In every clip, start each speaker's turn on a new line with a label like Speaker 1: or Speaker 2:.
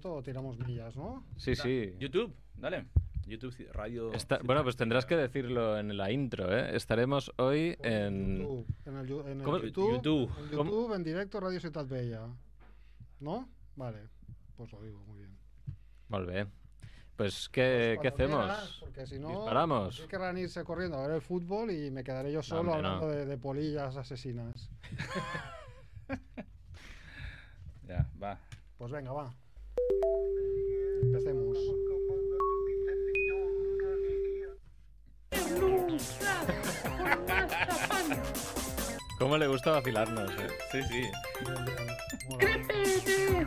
Speaker 1: Todo tiramos millas, ¿no?
Speaker 2: Sí, sí.
Speaker 3: YouTube, dale. YouTube ci- Radio.
Speaker 2: Está- bueno, pues tendrás que decirlo en la intro, ¿eh? Estaremos hoy
Speaker 1: Por
Speaker 2: en...
Speaker 1: YouTube, en el, yu- en el
Speaker 2: ¿Cómo?
Speaker 1: YouTube,
Speaker 3: YouTube.
Speaker 1: En,
Speaker 2: ¿Cómo?
Speaker 1: YouTube, en directo, Radio Ciudad Bella. ¿No? Vale, pues lo digo muy bien.
Speaker 2: Muy bien. Pues, ¿qué,
Speaker 1: Pues
Speaker 2: ¿qué
Speaker 1: cuando quieras,
Speaker 2: hacemos?
Speaker 1: Porque si no,
Speaker 2: Disparamos.
Speaker 1: pues querrán irse corriendo a ver el fútbol y me quedaré yo solo
Speaker 2: hombre,
Speaker 1: hablando
Speaker 2: no.
Speaker 1: de, de polillas asesinas.
Speaker 3: Ya, va.
Speaker 1: Pues venga, va. Empecemos.
Speaker 2: ¿Cómo le gusta vacilarnos, eh?
Speaker 3: Sí, sí.
Speaker 1: Bien, bien. Mola.
Speaker 4: crepe de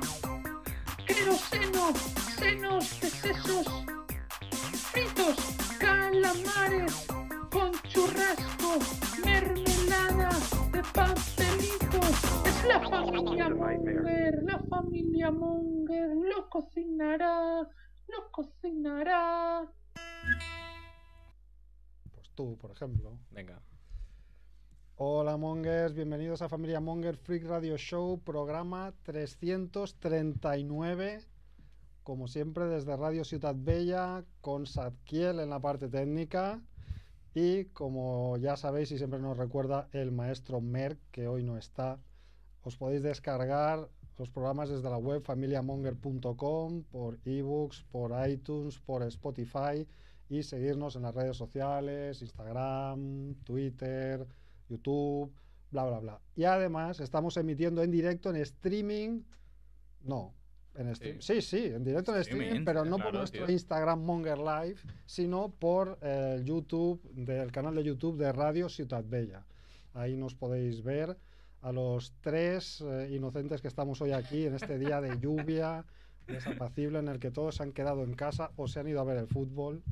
Speaker 4: queroseno, senos de sesos, fritos, calamares, con churrasco, mermelada de pastelito. Es la familia Munger, la familia Munger, lo cocinará, lo cocinará.
Speaker 1: Pues tú, por ejemplo.
Speaker 2: Venga.
Speaker 1: Hola Mongers, bienvenidos a Familia Monger Freak Radio Show, programa 339, como siempre desde Radio Ciudad Bella, con Sadkiel en la parte técnica y como ya sabéis y siempre nos recuerda el maestro Merck, que hoy no está, os podéis descargar los programas desde la web familiamonger.com, por ebooks, por iTunes, por Spotify y seguirnos en las redes sociales, Instagram, Twitter, YouTube, bla, bla, bla. Y además estamos emitiendo en directo en streaming. No, en stream- sí. sí, en directo en streaming,
Speaker 3: Streaming,
Speaker 1: pero no por
Speaker 2: claro,
Speaker 1: nuestro
Speaker 2: tío.
Speaker 1: Instagram Monger Live, sino por eh, el YouTube, del canal de YouTube de Radio Ciudad Bella. Ahí nos podéis ver a los tres eh, inocentes que estamos hoy aquí en este día de lluvia desapacible en el que todos se han quedado en casa o se han ido a ver el fútbol.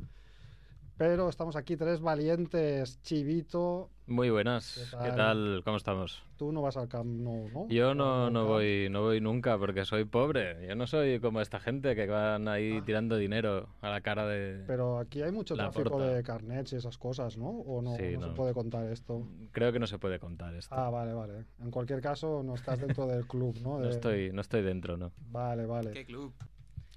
Speaker 1: Pero estamos aquí tres valientes. Chivito,
Speaker 2: Muy buenas.
Speaker 1: ¿Qué
Speaker 2: ¿Qué
Speaker 1: tal?
Speaker 2: tal? ¿Cómo estamos?
Speaker 1: tú no vas al Camp Nou, ¿no?
Speaker 2: Yo no,
Speaker 1: al
Speaker 2: no
Speaker 1: Camp.
Speaker 2: voy no voy nunca porque soy pobre. Yo no soy como esta gente que van
Speaker 1: Ah.
Speaker 2: ahí tirando dinero a la cara de...
Speaker 1: Pero aquí hay mucho
Speaker 2: La
Speaker 1: tráfico
Speaker 2: Porta.
Speaker 1: de carnets y esas cosas, ¿no? ¿O no,
Speaker 2: Sí,
Speaker 1: no se
Speaker 2: no.
Speaker 1: puede contar esto?
Speaker 2: Creo que no se puede contar esto.
Speaker 1: Ah, vale, vale. En cualquier caso, no estás dentro del club, ¿no?
Speaker 2: no,
Speaker 1: De-
Speaker 2: estoy, no estoy dentro, ¿no?
Speaker 1: Vale, vale.
Speaker 5: ¿Qué club?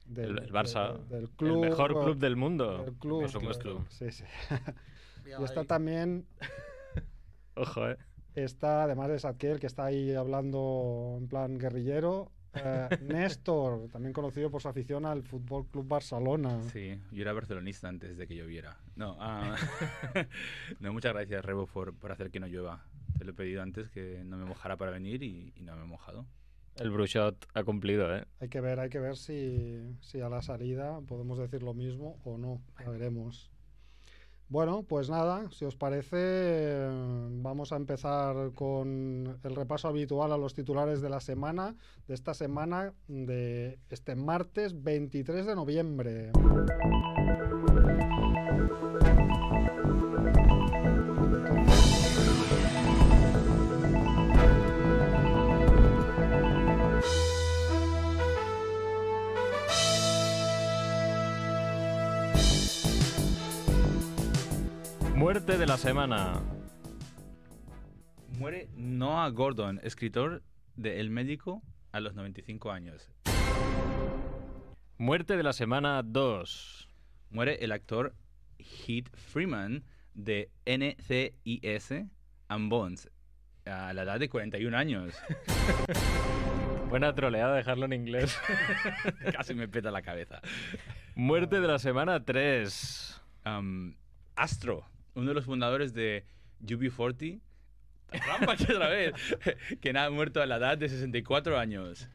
Speaker 1: Del-
Speaker 2: el, el Barça.
Speaker 1: de- del club,
Speaker 2: el mejor
Speaker 1: bueno,
Speaker 2: club del mundo.
Speaker 1: del club,
Speaker 2: Por supuesto.
Speaker 1: claro. Sí, sí. Y está también,
Speaker 2: Ojo, ¿eh?
Speaker 1: está, además de Sadkiel, que está ahí hablando en plan guerrillero, eh, Néstor, también conocido por su afición al Fútbol Club Barcelona.
Speaker 3: Sí, yo era barcelonista antes de que lloviera. No, ah, no muchas gracias, Rebo, por, por hacer que no llueva. Te lo he pedido antes que no me mojara para venir y, y no me he mojado.
Speaker 2: El Bruchot ha cumplido, ¿eh?
Speaker 1: Hay que ver, hay que ver si, si a la salida podemos decir lo mismo o no. Ya veremos. Bueno, pues nada, si os parece, eh, vamos a empezar con el repaso habitual a los titulares de la semana, de esta semana, de este martes 23 de noviembre.
Speaker 2: Muerte de la semana.
Speaker 3: Muere Noah Gordon, escritor de El Médico, a los 95 años.
Speaker 2: Muerte de la semana 2.
Speaker 3: Muere el actor Heath Freeman de NCIS and Bones a la edad de 41 años.
Speaker 2: Buena troleada dejarlo en inglés.
Speaker 3: Casi me peta la cabeza.
Speaker 2: Muerte de la semana 3.
Speaker 3: Am, Astro, uno de los fundadores de UB40. Trampa aquí otra vez. que nada, ha muerto a la edad de 64 años.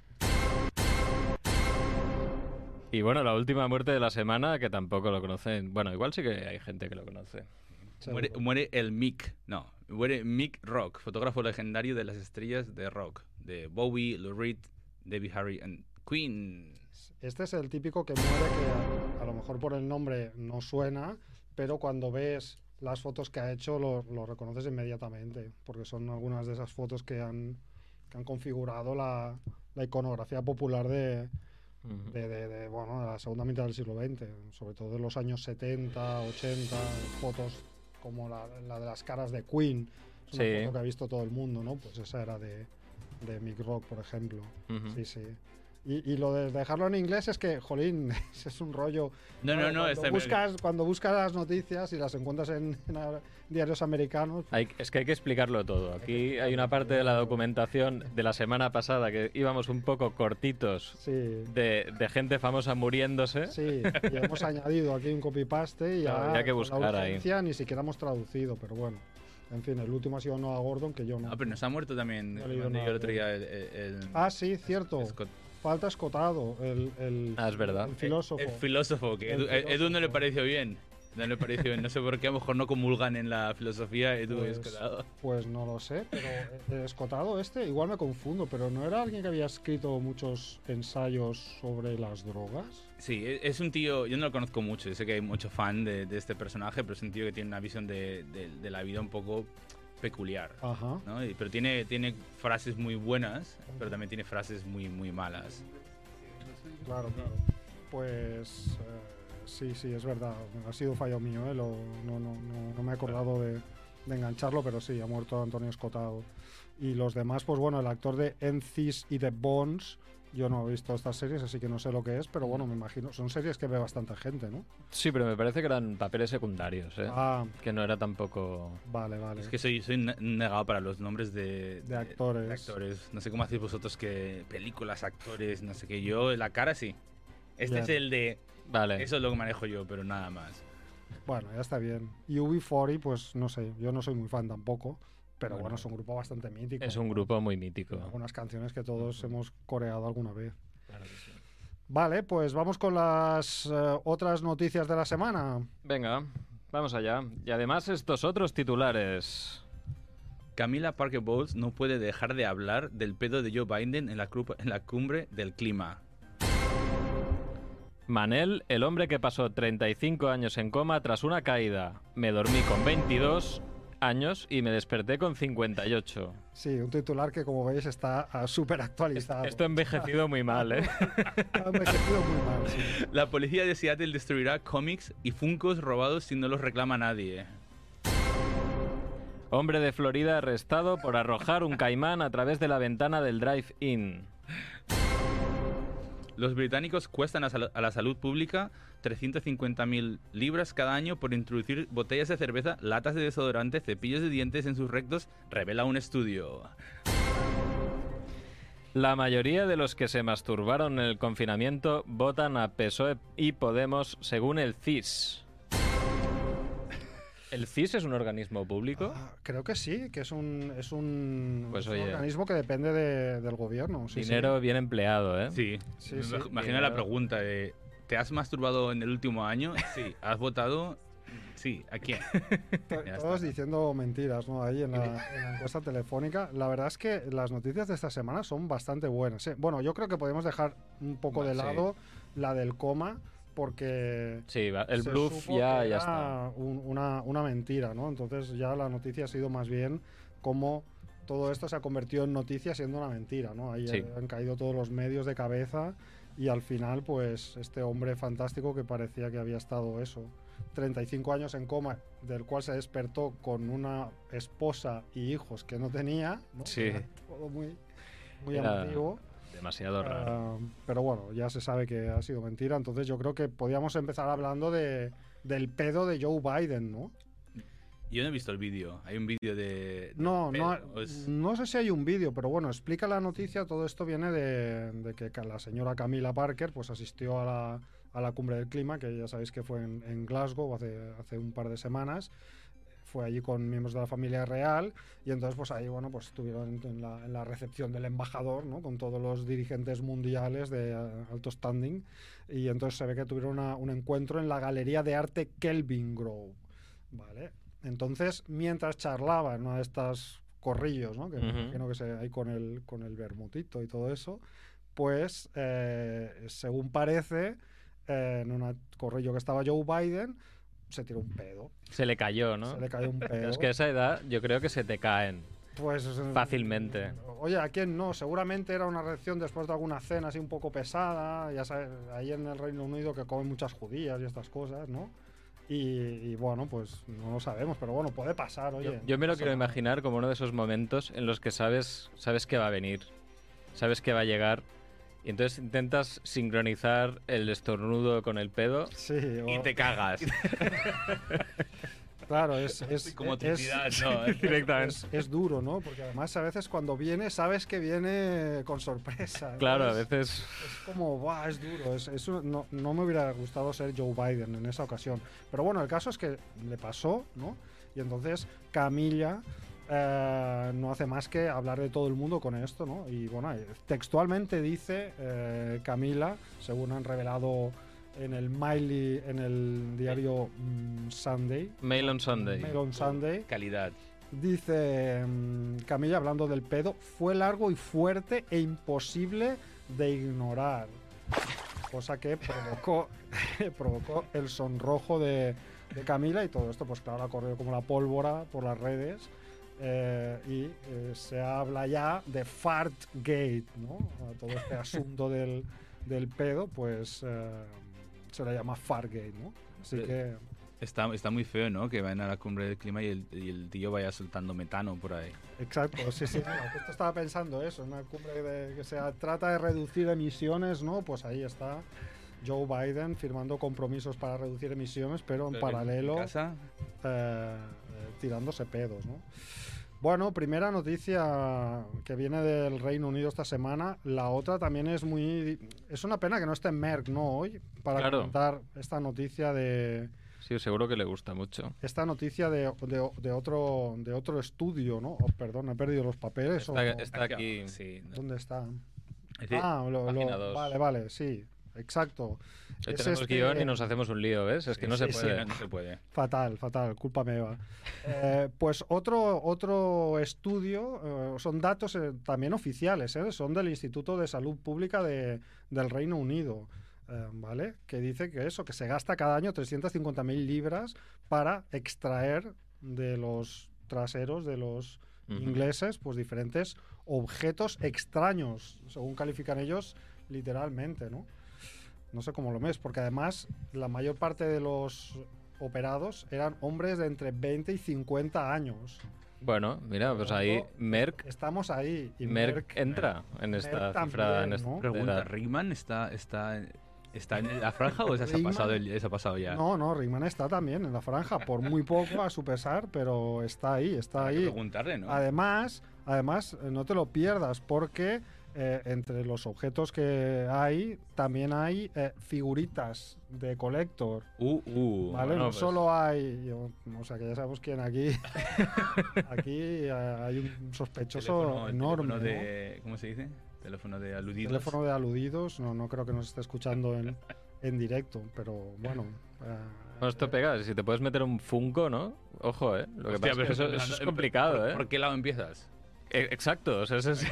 Speaker 2: Y bueno, la última muerte de la semana, que tampoco lo conocen. Bueno, igual sí que hay gente que lo conoce.
Speaker 3: Muere,
Speaker 1: Seguro.
Speaker 3: muere el Mick. No, muere Mick Rock, fotógrafo legendario de las estrellas de rock. De Bowie, Lou Reed, Debbie Harry and Queen.
Speaker 1: Este es el típico que muere que a, a lo mejor por el nombre no suena, pero cuando ves las fotos que ha hecho lo, lo reconoces inmediatamente, porque son algunas de esas fotos que han, que han configurado la, la iconografía popular de, de- de- de, bueno, de la segunda mitad del siglo XX, sobre todo de los años 70, 80, fotos como la, la de las caras de Queen, es una
Speaker 2: Sí.
Speaker 1: foto que ha visto todo el mundo, ¿no? Pues esa era de, de Mick Rock, por ejemplo.
Speaker 2: Ujú.
Speaker 1: Sí, sí. Y, y lo de dejarlo en inglés es que, jolín, ese es un rollo.
Speaker 3: No, no,
Speaker 1: Claro,
Speaker 3: no.
Speaker 1: Cuando,
Speaker 3: está-
Speaker 1: buscas, cuando buscas las noticias y las encuentras en, en a- diarios americanos,
Speaker 2: Hay- es que hay que explicarlo todo. Aquí hay una parte de la documentación de la semana pasada que íbamos un poco cortitos
Speaker 1: sí.
Speaker 2: de, de gente famosa muriéndose.
Speaker 1: Sí, y hemos añadido aquí un copy-paste y
Speaker 2: ¿Eh? Claro,
Speaker 1: ya
Speaker 2: habría que
Speaker 1: con
Speaker 2: buscar
Speaker 1: la
Speaker 2: ahí.
Speaker 1: urgencia ni siquiera hemos traducido, pero bueno. En fin, el último ha sido Noah Gordon, que yo no.
Speaker 3: Ah, pero nos ha muerto también.
Speaker 1: No he leído
Speaker 3: mandé yo
Speaker 1: nada,
Speaker 3: el otro día el. el- el-
Speaker 1: Ah, sí, cierto.
Speaker 3: Scott-
Speaker 1: Falta escotado, el, el,
Speaker 2: Ah, es verdad.
Speaker 1: el filósofo.
Speaker 3: El, filósofo, que
Speaker 1: El
Speaker 3: Edu, a Edu no le
Speaker 1: filósofo.
Speaker 3: pareció bien. No le pareció bien. No sé por qué, a lo mejor no comulgan en la filosofía Edu
Speaker 1: Pues-
Speaker 3: Escotado.
Speaker 1: Pues no lo sé, pero eh, escotado este, igual me confundo, pero ¿no era alguien que había escrito muchos ensayos sobre las drogas?
Speaker 3: Sí, e- es un tío, yo no lo conozco mucho, yo sé que hay mucho fan de, de este personaje, pero es un tío que tiene una visión de, de- de la vida un poco peculiar.
Speaker 1: Ajá.
Speaker 3: ¿no? Y- Pero tiene, tiene frases muy buenas, pero también tiene frases muy, muy malas.
Speaker 1: Claro, claro. Pues eh, sí, sí, es verdad. Ha sido fallo mío, ¿eh? Lo- no, no, no, no me he acordado de, de engancharlo, pero sí, ha muerto Antonio Escotado. Y los demás, pues bueno, el actor de Encis y The Bones. Yo no he visto estas series, así que no sé lo que es, pero bueno, me imagino. Son series que ve bastante gente, ¿no?
Speaker 2: Sí, pero me parece que eran papeles secundarios, ¿eh?
Speaker 1: Ah,
Speaker 2: que no era tampoco...
Speaker 1: vale, vale.
Speaker 3: Es que soy, soy ne- negado para los nombres de,
Speaker 1: De actores.
Speaker 3: de actores. No sé cómo hacéis vosotros que películas, actores, no sé qué. Yo, la cara sí. Este
Speaker 1: Ya.
Speaker 3: es el de...
Speaker 2: Vale.
Speaker 3: Eso es lo que manejo yo, pero nada más.
Speaker 1: Bueno, ya está bien. Y UB40, pues no sé, yo no soy muy fan tampoco, pero
Speaker 2: Bueno.
Speaker 1: bueno, es un grupo bastante mítico.
Speaker 2: Es un grupo muy mítico.
Speaker 1: Con Algunas canciones que todos hemos coreado alguna vez. Vale, pues vamos con las eh, otras noticias de la semana.
Speaker 2: Venga, vamos allá. Y además estos otros titulares.
Speaker 3: Camila Parker Bowles no puede dejar de hablar del pedo de Joe Biden en la, cru- en la cumbre del clima.
Speaker 2: Manel, el hombre que pasó 35 años en coma tras una caída. Me dormí con 22 años y me desperté con 58.
Speaker 1: Sí, un titular que como veis está ah, súper actualizado.
Speaker 2: Esto ha envejecido muy mal, ¿eh?
Speaker 1: Ha envejecido muy mal, sí.
Speaker 3: La policía de Seattle destruirá cómics y funcos robados si no los reclama nadie.
Speaker 2: Hombre de Florida arrestado por arrojar un caimán a través de la ventana del drive-in.
Speaker 3: Los británicos cuestan a, sal- a la salud pública 350.000 libras cada año por introducir botellas de cerveza, latas de desodorante, cepillos de dientes en sus rectos, revela un estudio.
Speaker 2: La mayoría de los que se masturbaron en el confinamiento votan a PSOE E y Podemos según el CIS. ¿El CIS es un organismo público?
Speaker 1: Ah, creo que sí, que es un, es un,
Speaker 2: Pues
Speaker 1: es un
Speaker 2: oye.
Speaker 1: organismo que depende de- del gobierno. sí, sí.
Speaker 2: Dinero bien empleado, ¿eh?
Speaker 3: Sí,
Speaker 1: Sí,
Speaker 3: me
Speaker 1: sí.
Speaker 3: imag- imagino la pregunta de ¿te has masturbado en el último año? Sí, ¿has votado? Sí, ¿a quién?
Speaker 1: To-
Speaker 3: Ya
Speaker 1: Todos
Speaker 3: está.
Speaker 1: diciendo mentiras, ¿no? Ahí en la, en la encuesta telefónica. La verdad es que las noticias de esta semana son bastante buenas. ¿eh? Bueno, yo creo que podemos dejar un poco
Speaker 3: Va,
Speaker 1: de
Speaker 3: sí.
Speaker 1: lado la del coma, porque
Speaker 2: Sí, va- el
Speaker 1: se
Speaker 2: bluff
Speaker 1: supo
Speaker 2: ya,
Speaker 1: que
Speaker 2: ya
Speaker 1: era
Speaker 2: está.
Speaker 1: un- una, una mentira, ¿no? Entonces ya la noticia ha sido más bien como todo esto se ha convertido en noticia siendo una mentira, ¿no? Ahí
Speaker 2: Sí.
Speaker 1: han caído todos los medios de cabeza y al final, pues, este hombre fantástico que parecía que había estado eso, 35 años en coma, del cual se despertó con una esposa y hijos que no tenía, ¿no?
Speaker 2: Sí.
Speaker 1: Era todo muy, muy
Speaker 2: Era-
Speaker 1: antiguo.
Speaker 2: Demasiado raro.
Speaker 1: Ah, pero bueno, ya se sabe que ha sido mentira, entonces yo creo que podíamos empezar hablando de, del pedo de Joe Biden, ¿no?
Speaker 3: Yo no he visto el vídeo. Hay un vídeo de... de
Speaker 1: No, no,
Speaker 3: pedo, pues. o es-
Speaker 1: no sé si hay un vídeo, pero bueno, explica la noticia, todo esto viene de, de que ca- la señora Camila Parker pues asistió a la, a la cumbre del clima, que ya sabéis que fue en, en Glasgow hace, hace un par de semanas, fue allí con miembros de la familia real y entonces pues ahí bueno pues estuvieron en la, en la recepción del embajador ¿no? con todos los dirigentes mundiales de eh, alto standing y entonces se ve que tuvieron una- un encuentro en la galería de arte Kelvin Grove vale entonces mientras charlaba en una de estas corrillos ¿no? que me
Speaker 2: Ujú.
Speaker 1: imagino que se hay con el con el bermutito y todo eso pues eh, según parece eh, en un corrillo que estaba Joe Biden se tiró un pedo
Speaker 2: Se le cayó, ¿no?
Speaker 1: se le cayó un pedo
Speaker 2: Es que a esa edad yo creo que se te caen.
Speaker 1: pues eh,
Speaker 2: Fácilmente.
Speaker 1: Oye, ¿a quién no? Seguramente era una reacción después de alguna cena así un poco pesada, ya sabes, ahí en el Reino Unido que comen muchas judías y estas cosas, ¿no? Y, y bueno, pues no lo sabemos, pero bueno, puede pasar,
Speaker 2: Yo,
Speaker 1: oye.
Speaker 2: yo me lo
Speaker 1: pasa
Speaker 2: quiero
Speaker 1: nada.
Speaker 2: imaginar como uno de esos momentos en los que sabes, sabes que va a venir, sabes que va a llegar Y entonces intentas sincronizar el estornudo con el pedo
Speaker 1: Sí, o-
Speaker 2: y te cagas.
Speaker 1: claro, es, es,
Speaker 3: Como
Speaker 1: es-
Speaker 3: trinidad, no.
Speaker 2: directamente.
Speaker 1: es- es duro, ¿no? Porque además a veces cuando viene sabes que viene con sorpresa.
Speaker 2: Claro, a
Speaker 1: ¿no? Es-
Speaker 2: veces.
Speaker 1: Es como, "Buah, es duro. es- es un- no, no me hubiera gustado ser Joe Biden en esa ocasión. Pero bueno, el caso es que le pasó, ¿no? Y entonces Camilla eh, no hace más que hablar de todo el mundo con esto, ¿no? Y bueno, eh, textualmente dice eh, Camila, según han revelado en el Miley, en el diario mm, Sunday.
Speaker 2: Mail on Sunday.
Speaker 1: Mail on Sunday.
Speaker 3: Calidad.
Speaker 1: Dice mm, Camilla hablando del pedo, fue largo y fuerte e imposible de ignorar. Cosa que provocó, provocó el sonrojo de, de Camila y todo esto, pues claro, ha corrido como la pólvora por las redes. eh, y eh, se habla ya de Fartgate, ¿no? A Todo este asunto del, del pedo, pues eh, se le llama Fartgate, ¿no? Así que...
Speaker 3: Está, está muy feo, ¿no? Que vayan a la cumbre del clima y el, y el tío vaya soltando metano por ahí.
Speaker 1: Exacto, sí, sí. mira, justo estaba pensando eso, una cumbre de- que se trata de reducir emisiones, ¿no? Pues ahí está Joe Biden firmando compromisos para reducir emisiones, pero en
Speaker 3: Pero
Speaker 1: paralelo
Speaker 3: en casa,
Speaker 1: eh, eh, tirándose pedos, ¿no? Bueno, primera noticia que viene del Reino Unido esta semana. La otra también es muy... Es una pena que no esté Merck, ¿no? Hoy, para
Speaker 2: Claro.
Speaker 1: comentar esta noticia de,
Speaker 2: Sí, seguro que le gusta mucho.
Speaker 1: esta noticia de, de- de otro, de otro estudio, ¿no? Oh, perdón, he perdido los papeles. o-
Speaker 2: Está, está aquí.
Speaker 3: Sí, no.
Speaker 1: ¿Dónde está?
Speaker 3: Es decir,
Speaker 1: ah, lo- lo-
Speaker 2: página dos.
Speaker 1: vale, vale, sí, exacto.
Speaker 2: Hoy
Speaker 1: Es
Speaker 2: tenemos
Speaker 1: este-
Speaker 2: guión y nos hacemos un lío, ¿ves? Es que no
Speaker 3: sí,
Speaker 2: se
Speaker 3: sí,
Speaker 2: puede.
Speaker 3: no, no se puede.
Speaker 1: Fatal, fatal, culpa me va. Eh, pues otro, otro estudio, eh, son datos eh, también oficiales, ¿eh? son del Instituto de Salud Pública de- del Reino Unido, eh, ¿vale? Que dice que eso, que se gasta cada año 350.000 libras para extraer de los traseros de los
Speaker 2: Ujú.
Speaker 1: ingleses, pues diferentes objetos extraños, según califican ellos literalmente, ¿no? No sé cómo lo ves, porque además la mayor parte de los operados eran hombres de entre 20 y 50 años.
Speaker 2: Bueno, mira, pues ahí
Speaker 1: Luego,
Speaker 2: Merck,
Speaker 1: Estamos ahí. Y
Speaker 2: Merck
Speaker 1: Merck- eh,
Speaker 2: entra en esta
Speaker 1: Merck
Speaker 2: cifra. en
Speaker 1: también,
Speaker 2: esta
Speaker 1: ¿no?
Speaker 3: Pregunta,
Speaker 2: edad.
Speaker 3: ¿Rickman está, está, está en la franja o esa se ha
Speaker 1: Rickman-
Speaker 3: pasado, el- esa ha pasado ya?
Speaker 1: No, no, Rickman está también en la franja, por muy poco a su pesar, pero está ahí, está
Speaker 3: Hay que
Speaker 1: ahí.
Speaker 3: preguntarle, ¿no?
Speaker 1: Además, además, eh, no te lo pierdas, porque eh, entre los objetos que hay, también hay eh, figuritas de Collector.
Speaker 3: Uh, uh.
Speaker 1: ¿Vale?
Speaker 2: bueno,
Speaker 1: no
Speaker 2: pues.
Speaker 1: solo hay. yo- o sea, que ya sabemos quién aquí. aquí eh, hay un sospechoso
Speaker 3: Teléfono-
Speaker 1: enorme.
Speaker 3: teléfono
Speaker 1: ¿no?
Speaker 3: de, ¿Cómo se dice? Teléfono de aludidos.
Speaker 1: Teléfono de aludidos. No, no creo que nos esté escuchando en, en directo, pero bueno. eh,
Speaker 2: Bueno, esto pega. Si te puedes meter un Funko, ¿no? Ojo, ¿eh? Lo que pasa
Speaker 3: Hostia,
Speaker 2: es
Speaker 3: pero
Speaker 2: que eso,
Speaker 3: no,
Speaker 2: eso
Speaker 3: no,
Speaker 2: es
Speaker 3: no,
Speaker 2: complicado,
Speaker 3: ¿por-
Speaker 2: ¿eh?
Speaker 3: ¿Por qué lado empiezas?
Speaker 2: Eh, Exacto, o sea, eso es-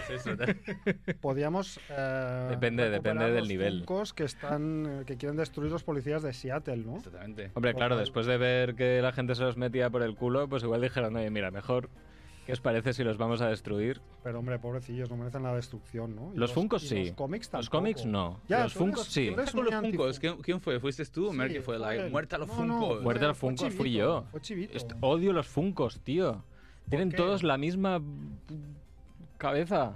Speaker 1: Podíamos. eh,
Speaker 2: Depende- depende
Speaker 1: recuperar
Speaker 2: del
Speaker 1: los
Speaker 2: nivel.
Speaker 1: Funkos que, están, eh, que quieren destruir los policías de Seattle, ¿no?
Speaker 3: Exactamente.
Speaker 2: Hombre, claro,
Speaker 1: Total.
Speaker 2: después de ver que la gente se los metía por el culo, pues igual dijeron, oye, mira, mejor, ¿qué os parece si los vamos a destruir?
Speaker 1: Pero hombre, pobrecillos, no merecen la destrucción, ¿no? Y
Speaker 2: Los Funkos
Speaker 1: y
Speaker 2: sí.
Speaker 1: Los cómics tampoco.
Speaker 2: Los cómics no,
Speaker 1: Ya,
Speaker 2: los
Speaker 1: tú eres-
Speaker 2: Funkos
Speaker 1: tú
Speaker 2: sí.
Speaker 1: eres
Speaker 3: con
Speaker 1: muy
Speaker 3: los Funkos?
Speaker 1: anti-Funko.
Speaker 3: ¿Quién, quién fue? ¿Fuiste tú?
Speaker 1: Sí,
Speaker 3: Merck, que fue, la
Speaker 1: él.
Speaker 3: muerta a los
Speaker 1: No, no,
Speaker 3: Funkos.
Speaker 1: fue-
Speaker 2: Muerte a los
Speaker 1: fue
Speaker 2: Funkos fui
Speaker 1: chivito,
Speaker 2: yo.
Speaker 1: fue chivito.
Speaker 2: Est- Este Odio los Funkos, tío. Tienen
Speaker 1: qué?
Speaker 2: todos la misma cabeza.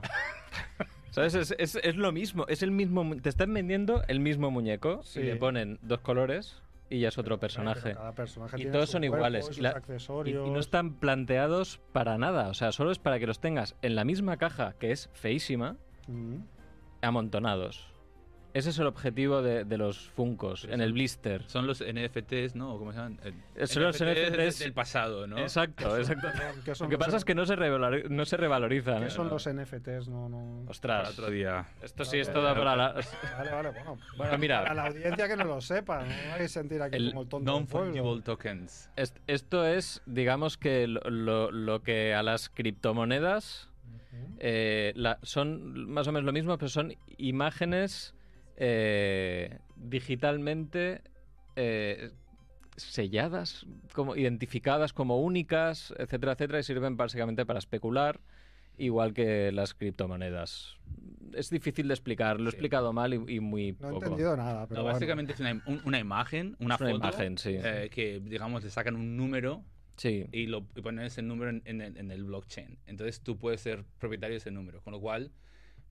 Speaker 2: ¿Sabes? Es, es- es lo mismo, es el mismo... mu- Te están vendiendo el mismo muñeco
Speaker 1: Sí.
Speaker 2: y le ponen dos colores y ya es otro personaje.
Speaker 1: Pero cada personaje
Speaker 2: Y
Speaker 1: tiene
Speaker 2: todos
Speaker 1: su
Speaker 2: son
Speaker 1: cuerpo,
Speaker 2: iguales.
Speaker 1: sus
Speaker 2: Y la- Y, y
Speaker 1: accesorios.
Speaker 2: no están planteados para nada. O sea, solo es para que los tengas en la misma caja, que es feísima,
Speaker 1: Mm.
Speaker 2: amontonados. Ese es el objetivo de, de los Funcos,
Speaker 3: Pero
Speaker 2: en
Speaker 3: son-
Speaker 2: el blister.
Speaker 3: Son los NFTs, ¿no? ¿Cómo se llaman? El-
Speaker 2: Eh, son los NFTs
Speaker 3: del pasado, ¿no?
Speaker 2: Exacto, exacto.
Speaker 1: ¿Qué son
Speaker 2: Lo que
Speaker 1: los-
Speaker 2: pasa es que no se, revalor- no se revalorizan.
Speaker 1: ¿qué
Speaker 2: ¿eh?
Speaker 1: son los NFTs? No, no.
Speaker 3: Para
Speaker 2: Ostras,
Speaker 3: otro día.
Speaker 2: esto sí es todo para la...
Speaker 1: Vale, vale, bueno.
Speaker 2: Bueno,
Speaker 1: A
Speaker 2: mira,
Speaker 1: la audiencia que no lo sepa, no hay que sentir aquí
Speaker 2: El
Speaker 1: como el tonto del pueblo.
Speaker 3: Non-fungible tokens.
Speaker 2: est- esto es, digamos que lo, lo- lo que a las criptomonedas
Speaker 1: Ujú.
Speaker 2: eh, la- son más o menos lo mismo, pero son imágenes eh, digitalmente eh, selladas, como identificadas como únicas, etcétera, etcétera, y sirven básicamente para especular, igual que las criptomonedas. Es difícil de explicar, lo he
Speaker 3: Sí.
Speaker 2: explicado mal y, y muy
Speaker 1: No he
Speaker 2: poco.
Speaker 1: entendido nada, pero
Speaker 3: No,
Speaker 1: bueno.
Speaker 3: básicamente es una, im- un- una imagen, una
Speaker 2: Es una
Speaker 3: foto,
Speaker 2: imagen, sí.
Speaker 3: eh, que, digamos, le sacan un número
Speaker 2: Sí.
Speaker 3: y, lo, y ponen ese número en, en el- en el blockchain. Entonces tú puedes ser propietario de ese número, con lo cual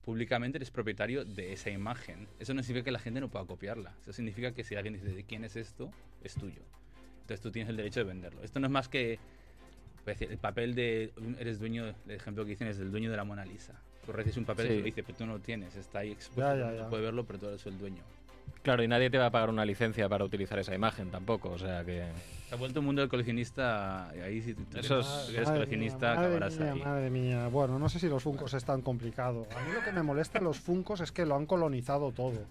Speaker 3: públicamente eres propietario de esa imagen. Eso no significa que la gente no pueda copiarla. Eso significa que si alguien dice, ¿de quién es esto? Es tuyo. Entonces tú tienes el derecho de venderlo. Esto no es más que voy a decir, el papel de... Eres dueño, el ejemplo que dicen es el dueño de la Mona Lisa. Tú recibes un papel
Speaker 2: Sí.
Speaker 3: y se lo dice, pero tú no lo tienes, está ahí expuesto,
Speaker 1: Ya, ya,
Speaker 3: no
Speaker 1: ya.
Speaker 3: puede verlo, pero tú eres el dueño.
Speaker 2: Claro, y nadie te va a pagar una licencia para utilizar esa imagen tampoco, o sea que...
Speaker 3: Se ha vuelto un mundo del coleccionista, y ahí si tú
Speaker 2: Eso
Speaker 3: eres-
Speaker 2: es-
Speaker 3: tú eres
Speaker 1: Madre
Speaker 3: coleccionista,
Speaker 1: mía, madre
Speaker 3: acabarás
Speaker 1: mía,
Speaker 3: ahí.
Speaker 1: madre mía. Bueno, no sé si los Funcos es tan complicado. A mí lo que me molesta en los Funcos es que lo han colonizado todo.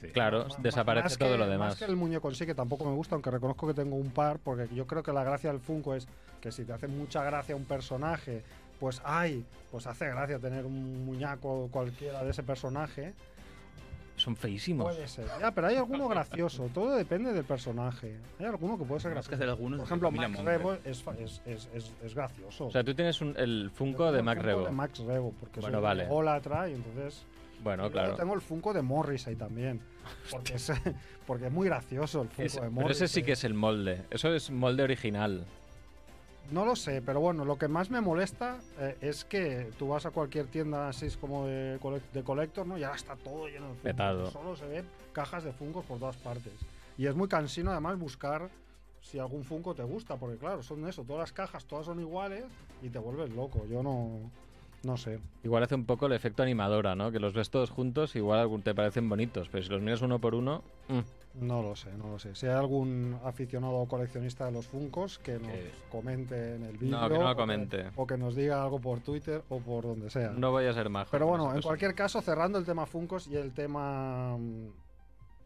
Speaker 3: Sí.
Speaker 2: Claro,
Speaker 1: Ma- ma-
Speaker 2: desaparece
Speaker 1: más
Speaker 2: todo
Speaker 1: que-
Speaker 2: lo
Speaker 1: Más
Speaker 2: demás.
Speaker 1: que el muñeco en sí, que tampoco me gusta, aunque reconozco que tengo un par, porque yo creo que la gracia del Funko es que si te hace mucha gracia un personaje, pues ay, pues hace gracia tener un muñeco cualquiera de ese personaje.
Speaker 2: Son feísimos.
Speaker 1: Puede ser. Ya, pero hay alguno gracioso, todo depende del personaje. Hay alguno que puede ser
Speaker 3: Tendrás que
Speaker 1: gracioso.
Speaker 3: hacer algunos.
Speaker 1: Por
Speaker 3: de
Speaker 1: ejemplo,
Speaker 3: Camila
Speaker 1: Max
Speaker 3: Monge.
Speaker 1: Rebo es, fa- es- es- es- es gracioso.
Speaker 2: O sea, tú tienes un- el
Speaker 1: Yo
Speaker 2: Funko
Speaker 1: tengo
Speaker 2: de
Speaker 1: el
Speaker 2: Mac
Speaker 1: Funko
Speaker 2: Rebo.
Speaker 1: de Max Rebo, porque
Speaker 2: Bueno,
Speaker 1: soy
Speaker 2: vale.
Speaker 1: ególatra y entonces
Speaker 2: Bueno,
Speaker 1: Y luego
Speaker 2: claro.
Speaker 1: tengo el Funko de Morris ahí también. Porque es, porque es muy gracioso el Funko
Speaker 2: Ese-
Speaker 1: de
Speaker 2: pero
Speaker 1: Morris.
Speaker 2: ese sí
Speaker 1: eh.
Speaker 2: que es el molde. Eso es molde original.
Speaker 1: No lo sé, pero bueno, lo que más me molesta eh, es que tú vas a cualquier tienda así es como de, cole- de colector, ¿no? Y ahora está todo lleno de Funko. pues
Speaker 2: Petado.
Speaker 1: Solo se ven cajas de Funkos por todas partes. Y es muy cansino además buscar si algún Funko te gusta, porque claro, son eso, todas las cajas, todas son iguales y te vuelves loco. Yo no, no sé.
Speaker 2: Igual hace un poco el efecto animadora, ¿no? Que los ves todos juntos, igual algún- te parecen bonitos, pero si los miras uno por uno, mm,
Speaker 1: No lo sé, no lo sé. Si hay algún aficionado o coleccionista de los Funcos que nos
Speaker 3: Que-
Speaker 1: comente en el vídeo.
Speaker 2: que no lo
Speaker 1: o
Speaker 2: comente.
Speaker 1: O que nos diga algo por Twitter o por donde sea.
Speaker 2: no voy a ser majo.
Speaker 1: Pero
Speaker 2: con
Speaker 1: bueno,
Speaker 2: esa
Speaker 1: en
Speaker 2: cosa.
Speaker 1: cualquier caso, cerrando el tema Funcos y el tema mm,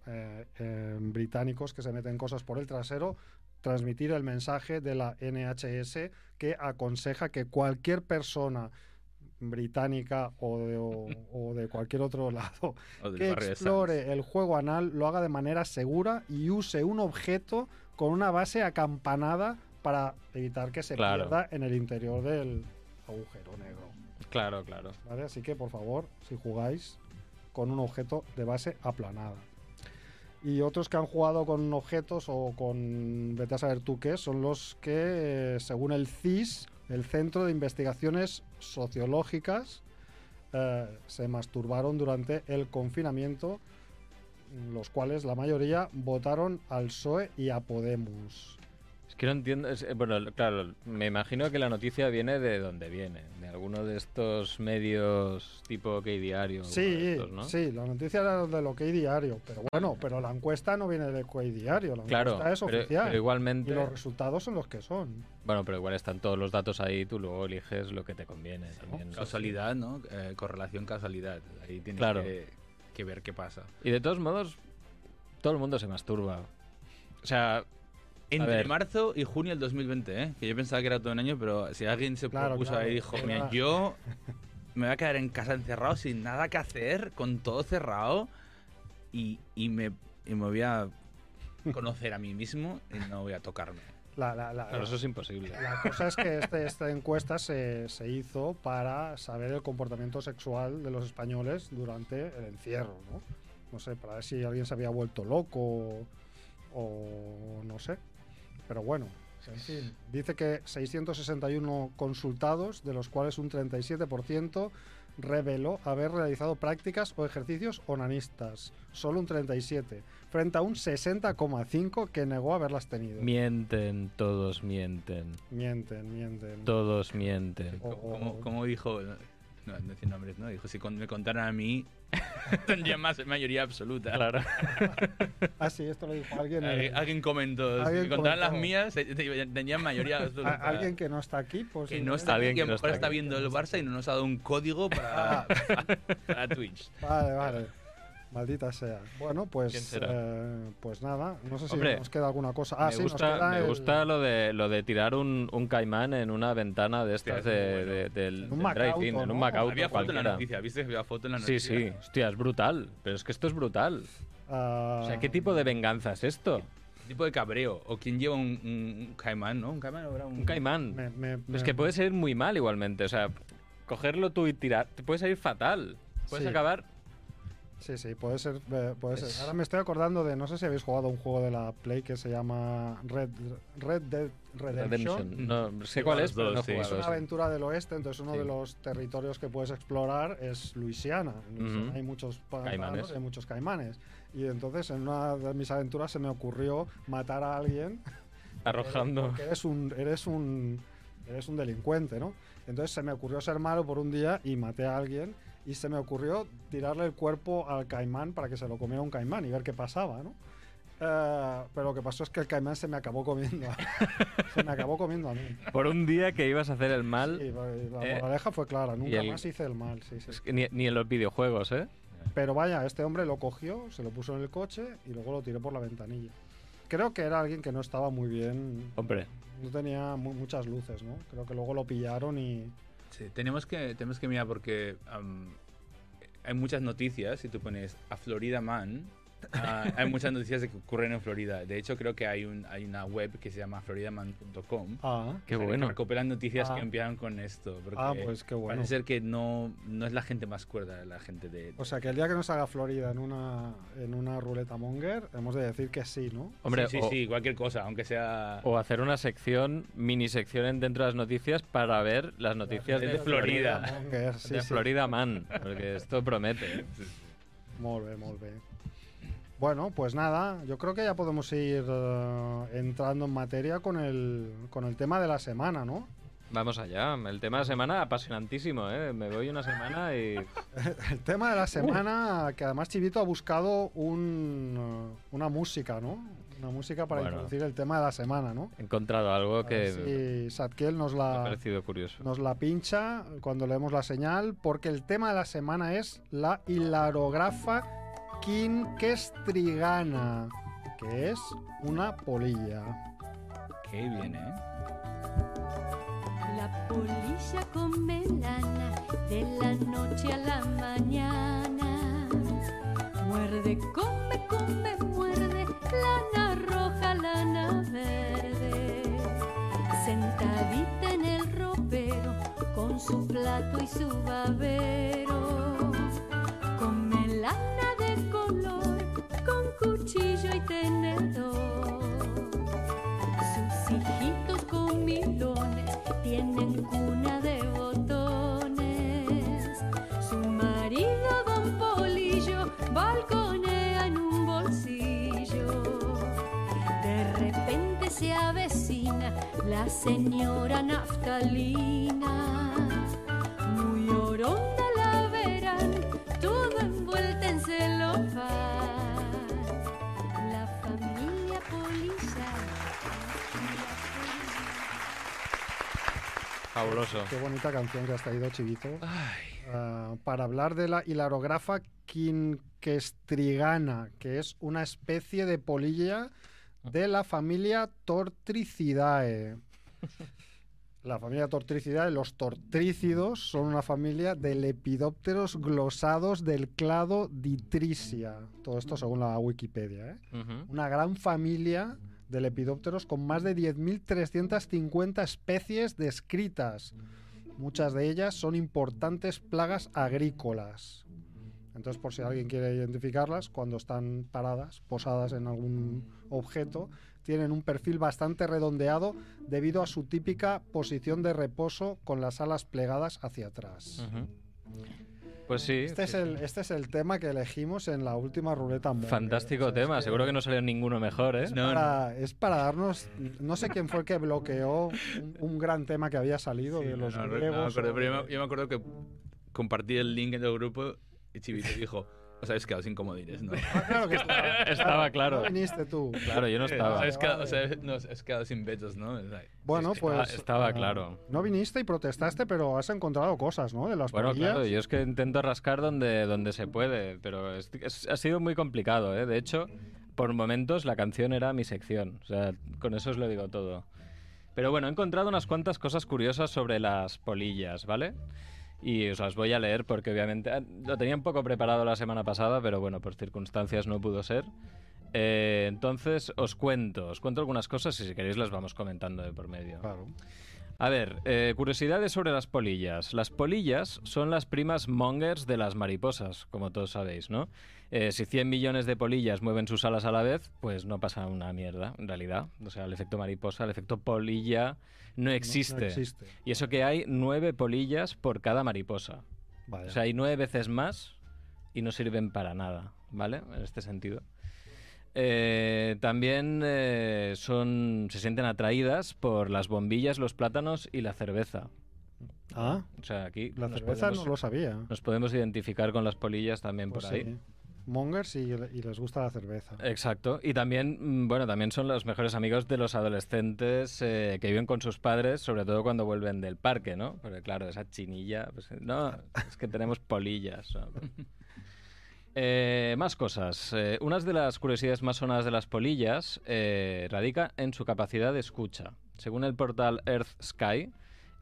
Speaker 1: eh, eh, británicos que se meten cosas por el trasero, transmitir el mensaje de la NHS que aconseja que cualquier persona británica o de, o- o de cualquier otro lado
Speaker 3: O del
Speaker 1: que
Speaker 3: barrio de Sants.
Speaker 1: explore el juego anal lo haga de manera segura y use un objeto con una base acampanada para evitar que se
Speaker 2: Claro.
Speaker 1: pierda en el interior del agujero negro.
Speaker 2: Claro, claro.
Speaker 1: ¿vale? Así que por favor, si jugáis con un objeto de base aplanada. Y otros que han jugado con objetos o con vete a saber tú qué, son los que, eh, según el CIS, el Centro de Investigaciones Sociológicas, eh, se masturbaron durante el confinamiento, los cuales la mayoría votaron al PSOE E y a Podemos.
Speaker 2: Es que no entiendo. es- eh, bueno, l- claro, me imagino que la noticia viene de donde viene. De alguno de estos medios tipo que diario. uno
Speaker 1: Sí,
Speaker 2: de estos, ¿no?
Speaker 1: sí, la noticia era de lo que hay diario, pero bueno, pero la encuesta no viene de lo que hay diario, la
Speaker 2: Claro,
Speaker 1: encuesta es
Speaker 2: pero-
Speaker 1: oficial.
Speaker 2: pero
Speaker 1: Y
Speaker 2: igualmente.
Speaker 1: los resultados son los que son.
Speaker 2: Bueno, pero igual están todos los datos ahí, tú luego eliges lo que te conviene. también, ¿no?
Speaker 3: Causalidad, ¿no? Eh, correlación, causalidad. Ahí tienes
Speaker 2: Claro.
Speaker 3: que, que ver qué pasa.
Speaker 2: Y de todos modos, todo el mundo se masturba. O sea,
Speaker 3: Entre
Speaker 2: ver.
Speaker 3: marzo y junio del 2020, ¿eh? Que yo pensaba que era todo un año, pero si alguien se
Speaker 1: Claro,
Speaker 3: propuso
Speaker 1: claro.
Speaker 3: ahí y dijo,
Speaker 1: Era-
Speaker 3: mira, yo me voy a quedar en casa encerrado sin nada que hacer, con todo cerrado, y, y me, y me voy a conocer a mí mismo y no voy a tocarme.
Speaker 1: La, la- la-
Speaker 2: claro, eso es imposible.
Speaker 1: la cosa es que este- esta encuesta se, se hizo para saber el comportamiento sexual de los españoles durante el encierro, ¿no? No sé, para ver si alguien se había vuelto loco o, o no sé. Pero bueno, en fin. Dice que 661 consultados, de los cuales un 37% reveló haber realizado prácticas o ejercicios onanistas. Solo un 37, frente a un 60,5 que negó haberlas tenido.
Speaker 2: Mienten, todos mienten.
Speaker 1: Mienten, mienten.
Speaker 2: Todos mienten.
Speaker 1: O-
Speaker 3: Como, como-
Speaker 2: oh.
Speaker 1: o-
Speaker 3: como dijo, no, no decir nombres, ¿no? Dijo, si con- me contaran a mí, tendría más mayoría absoluta. Eh,
Speaker 2: Claro.
Speaker 1: Ah, sí, esto lo dijo alguien. eh,
Speaker 3: Alguien, alguien comentó, si
Speaker 1: Alguien
Speaker 3: me contaran las
Speaker 1: comentó.
Speaker 3: mías, eh, te- tenían mayoría
Speaker 1: a-
Speaker 3: absoluta.
Speaker 1: alguien que no está aquí, pues.
Speaker 3: que no está
Speaker 2: Alguien
Speaker 3: bien, que
Speaker 2: que
Speaker 3: a lo
Speaker 2: no
Speaker 3: mejor
Speaker 2: está Ah.
Speaker 3: está
Speaker 2: aquí.
Speaker 3: viendo el Barça y no nos ha dado un código para, para Twitch.
Speaker 1: Vale, vale. Maldita sea. Bueno, pues.
Speaker 2: ¿Quién será?
Speaker 1: eh, pues nada. No sé si
Speaker 2: Hombre,
Speaker 1: nos queda alguna cosa. Ah,
Speaker 2: me
Speaker 1: sí, nos
Speaker 2: gusta,
Speaker 1: queda.
Speaker 2: me
Speaker 1: el-
Speaker 2: gusta lo de lo de tirar un, un caimán en una ventana de estas
Speaker 3: Hostia,
Speaker 2: de,
Speaker 3: es muy bueno.
Speaker 2: de- del,
Speaker 1: En un
Speaker 2: del drive-in,
Speaker 1: Macauto,
Speaker 2: en un
Speaker 1: ¿no?
Speaker 2: Macauto
Speaker 3: Había foto en la
Speaker 2: cualquiera.
Speaker 3: noticia, ¿viste que había foto en la
Speaker 2: Sí,
Speaker 3: noticia?
Speaker 2: sí. Hostia, es brutal. Pero es que esto es brutal.
Speaker 1: ah,
Speaker 2: O sea, ¿qué tipo de venganza es esto?
Speaker 3: Tipo de cabreo. O quien lleva un, un- un caimán, ¿no? Un caimán habrá un...
Speaker 2: Un caimán.
Speaker 1: me- me-
Speaker 2: Es
Speaker 1: me-
Speaker 2: que puede salir muy mal igualmente. O sea, cogerlo tú y tirar. Te puede salir fatal. Puedes
Speaker 1: Sí.
Speaker 2: acabar
Speaker 1: Sí, sí, puede ser, eh, puede ser.
Speaker 2: Es-
Speaker 1: Ahora me estoy acordando de, no sé si habéis jugado un juego de la Play que se llama Red, Red Dead Redemption.
Speaker 2: Redemption. No sé
Speaker 3: Sí,
Speaker 2: cuál
Speaker 3: los
Speaker 2: es, pero
Speaker 3: dos,
Speaker 2: no he
Speaker 3: sí.
Speaker 1: Es
Speaker 2: jugado.
Speaker 1: una
Speaker 2: sí.
Speaker 1: aventura del oeste, entonces uno
Speaker 2: Sí.
Speaker 1: de los territorios que puedes explorar es Luisiana. En Luisiana
Speaker 2: Ujú.
Speaker 1: Hay muchos pantanos,
Speaker 2: Caimanes.
Speaker 1: hay muchos caimanes. Y entonces en una de mis aventuras se me ocurrió matar a alguien
Speaker 2: Arrojando.
Speaker 1: porque eres un, eres un, eres un delincuente, ¿no? Entonces se me ocurrió ser malo por un día y maté a alguien y se me ocurrió tirarle el cuerpo al caimán para que se lo comiera un caimán y ver qué pasaba, ¿no? Eh, pero lo que pasó es que el caimán se me acabó comiendo. a- se me acabó comiendo a mí.
Speaker 2: Por un día que ibas a hacer el mal.
Speaker 1: Y la la
Speaker 2: Eh,
Speaker 1: moraleja fue clara, nunca
Speaker 2: el-
Speaker 1: más hice el mal, sí, sí.
Speaker 2: es que ni, ni en los videojuegos, ¿eh?
Speaker 1: Pero vaya, este hombre lo cogió, se lo puso en el coche y luego lo tiró por la ventanilla. Creo que era alguien que no estaba muy bien
Speaker 2: Hombre.
Speaker 1: No tenía mu- muchas luces, ¿no? Creo que luego lo pillaron y.
Speaker 3: Sí, tenemos que, tenemos que mirar porque am, hay muchas noticias, si tú pones a Florida Man, ah, hay muchas noticias de que ocurren en Florida. De hecho, creo que hay, un, hay una web que se llama floridaman.com.
Speaker 1: Ah,
Speaker 2: Qué bueno.
Speaker 3: Recopilan noticias
Speaker 1: Ah.
Speaker 3: que empiezan con esto. Porque
Speaker 1: ah pues qué bueno.
Speaker 3: Parece ser que no, no es la gente más cuerda, la gente de...
Speaker 1: O sea, que el día que nos haga Florida en una, en una ruleta monger, hemos de decir que sí, ¿no?
Speaker 2: Hombre,
Speaker 3: sí, sí,
Speaker 2: o,
Speaker 3: sí, cualquier cosa, aunque sea...
Speaker 2: o hacer una sección, mini sección en dentro de las noticias para ver las noticias
Speaker 3: de
Speaker 2: de,
Speaker 3: Florida.
Speaker 1: Monger, sí,
Speaker 2: de
Speaker 1: sí.
Speaker 2: Florida Man. Porque esto promete.
Speaker 1: Molt bé, molt bé. Bueno, pues nada, yo creo que ya podemos ir eh, entrando en materia con el, con el tema de la semana, ¿no?
Speaker 2: Vamos allá. El tema de la semana, apasionantísimo, ¿eh? Me voy una semana y.
Speaker 1: El tema de la semana, que además Chivito ha buscado un, eh, una música, ¿no? Una música para
Speaker 2: Bueno.
Speaker 1: introducir el tema de la semana, ¿no?
Speaker 2: He encontrado algo
Speaker 1: A ver
Speaker 2: que
Speaker 1: si Sadkiel nos
Speaker 2: me ha
Speaker 1: la,
Speaker 2: parecido curioso.
Speaker 1: nos la pincha cuando leemos la señal, porque el tema de la semana es la hilarografa quinquestrigana, que es una polilla.
Speaker 3: Qué bien, ¿eh?
Speaker 5: La polilla come lana de la noche a la mañana. Muerde, come, come, muerde, lana roja, lana verde. Sentadita en el ropero con su plato y su babero. Come lana de color con cuchillo y tenedor. Sus hijitos comilones tienen cuna de botones. Su marido, don Polillo, balconea en un bolsillo. De repente se avecina la señora Naftalina. Muy oronda la verán, todo envuelta en celofán. La familia Polilla.
Speaker 2: Fabuloso.
Speaker 1: Qué bonita canción que has traído, Chivito.
Speaker 3: Ay,
Speaker 1: Ah, para hablar de la hilarografa quinquestrigana, que es una especie de polilla de la familia Tortricidae. La familia Tortricidae, los tortrícidos, son una familia de lepidópteros glosados del clado Ditrisia. Todo esto según la Wikipedia. ¿eh?
Speaker 2: Ujú.
Speaker 1: Una gran familia de lepidópteros con más de 10.350 especies descritas. Muchas de ellas son importantes plagas agrícolas. Entonces, por si alguien quiere identificarlas, cuando están paradas, posadas en algún objeto, tienen un perfil bastante redondeado debido a su típica posición de reposo con las alas plegadas hacia atrás.
Speaker 2: Ujú. Pues Ah, sí.
Speaker 1: Este, es
Speaker 2: sí,
Speaker 1: el,
Speaker 2: sí.
Speaker 1: este es el tema que elegimos en la última ruleta. Monger.
Speaker 2: Fantástico
Speaker 1: O sea, Este es
Speaker 2: tema. Seguro que no salió ninguno mejor, ¿eh?
Speaker 3: No, no.
Speaker 1: para- es para darnos. No sé quién fue el que bloqueó un, un gran tema que había salido
Speaker 3: sí,
Speaker 1: de los
Speaker 3: no, no, no,
Speaker 1: griegos.
Speaker 3: pero-
Speaker 1: o
Speaker 3: pero yo,
Speaker 1: de-
Speaker 3: me, yo me acuerdo que compartí el link en el grupo y Chivito dijo, os habéis quedado sin comodines, ¿no?
Speaker 1: Ah, claro que estaba.
Speaker 2: Estaba
Speaker 1: No
Speaker 2: claro.
Speaker 1: viniste tú.
Speaker 2: Claro, yo no
Speaker 3: Os
Speaker 2: estaba.
Speaker 1: Vale,
Speaker 3: habéis quedado-
Speaker 1: vale.
Speaker 3: os habéis- no, os habéis quedado sin vetos, ¿no? Es like,
Speaker 1: Bueno,
Speaker 3: es-
Speaker 1: pues.
Speaker 2: estaba
Speaker 1: ah,
Speaker 2: claro.
Speaker 1: No viniste y protestaste, pero has encontrado cosas, ¿no? De las
Speaker 2: Bueno,
Speaker 1: polillas.
Speaker 2: claro, yo es que intento rascar donde, donde se puede, pero es- es- ha sido muy complicado, ¿eh? De hecho, por momentos la canción era mi sección, o sea, con eso os lo digo todo. Pero bueno, he encontrado unas cuantas cosas curiosas sobre las polillas, ¿vale? Y os las voy a leer porque obviamente ah, lo tenía un poco preparado la semana pasada, pero bueno, por circunstancias no pudo ser. Eh, entonces os cuento, os cuento algunas cosas y si queréis las vamos comentando de por medio.
Speaker 1: Claro.
Speaker 2: A ver, eh, curiosidades sobre las polillas. Las polillas son las primas mongers de las mariposas, como todos sabéis, ¿no? Eh, si 100 millones de polillas mueven sus alas a la vez, pues no pasa una mierda, en realidad. O sea, el efecto mariposa, el efecto polilla no existe.
Speaker 1: No existe.
Speaker 2: Y eso que hay nueve polillas por cada mariposa.
Speaker 1: Vaya.
Speaker 2: O sea, hay nueve veces más y no sirven para nada, ¿vale? En este sentido. Eh, también eh, son, se sienten atraídas por las bombillas, los plátanos y la cerveza.
Speaker 1: ah,
Speaker 2: O sea, aquí
Speaker 1: la
Speaker 2: nos,
Speaker 1: cerveza
Speaker 2: podemos,
Speaker 1: no lo sabía.
Speaker 2: nos podemos identificar con las polillas también
Speaker 1: Pues
Speaker 2: por ahí. Eh.
Speaker 1: sí. Mongers y, y les gusta la cerveza.
Speaker 2: Exacto. Y también, mm, bueno, también son los mejores amigos de los adolescentes eh, que viven con sus padres, sobre todo cuando vuelven del parque, ¿no? Porque claro, esa chinilla, pues, no, es que tenemos polillas. ¿no? Eh, más cosas. Eh, una de las curiosidades más sonadas de las polillas eh, radica en su capacidad de escucha. Según el portal Earth Sky,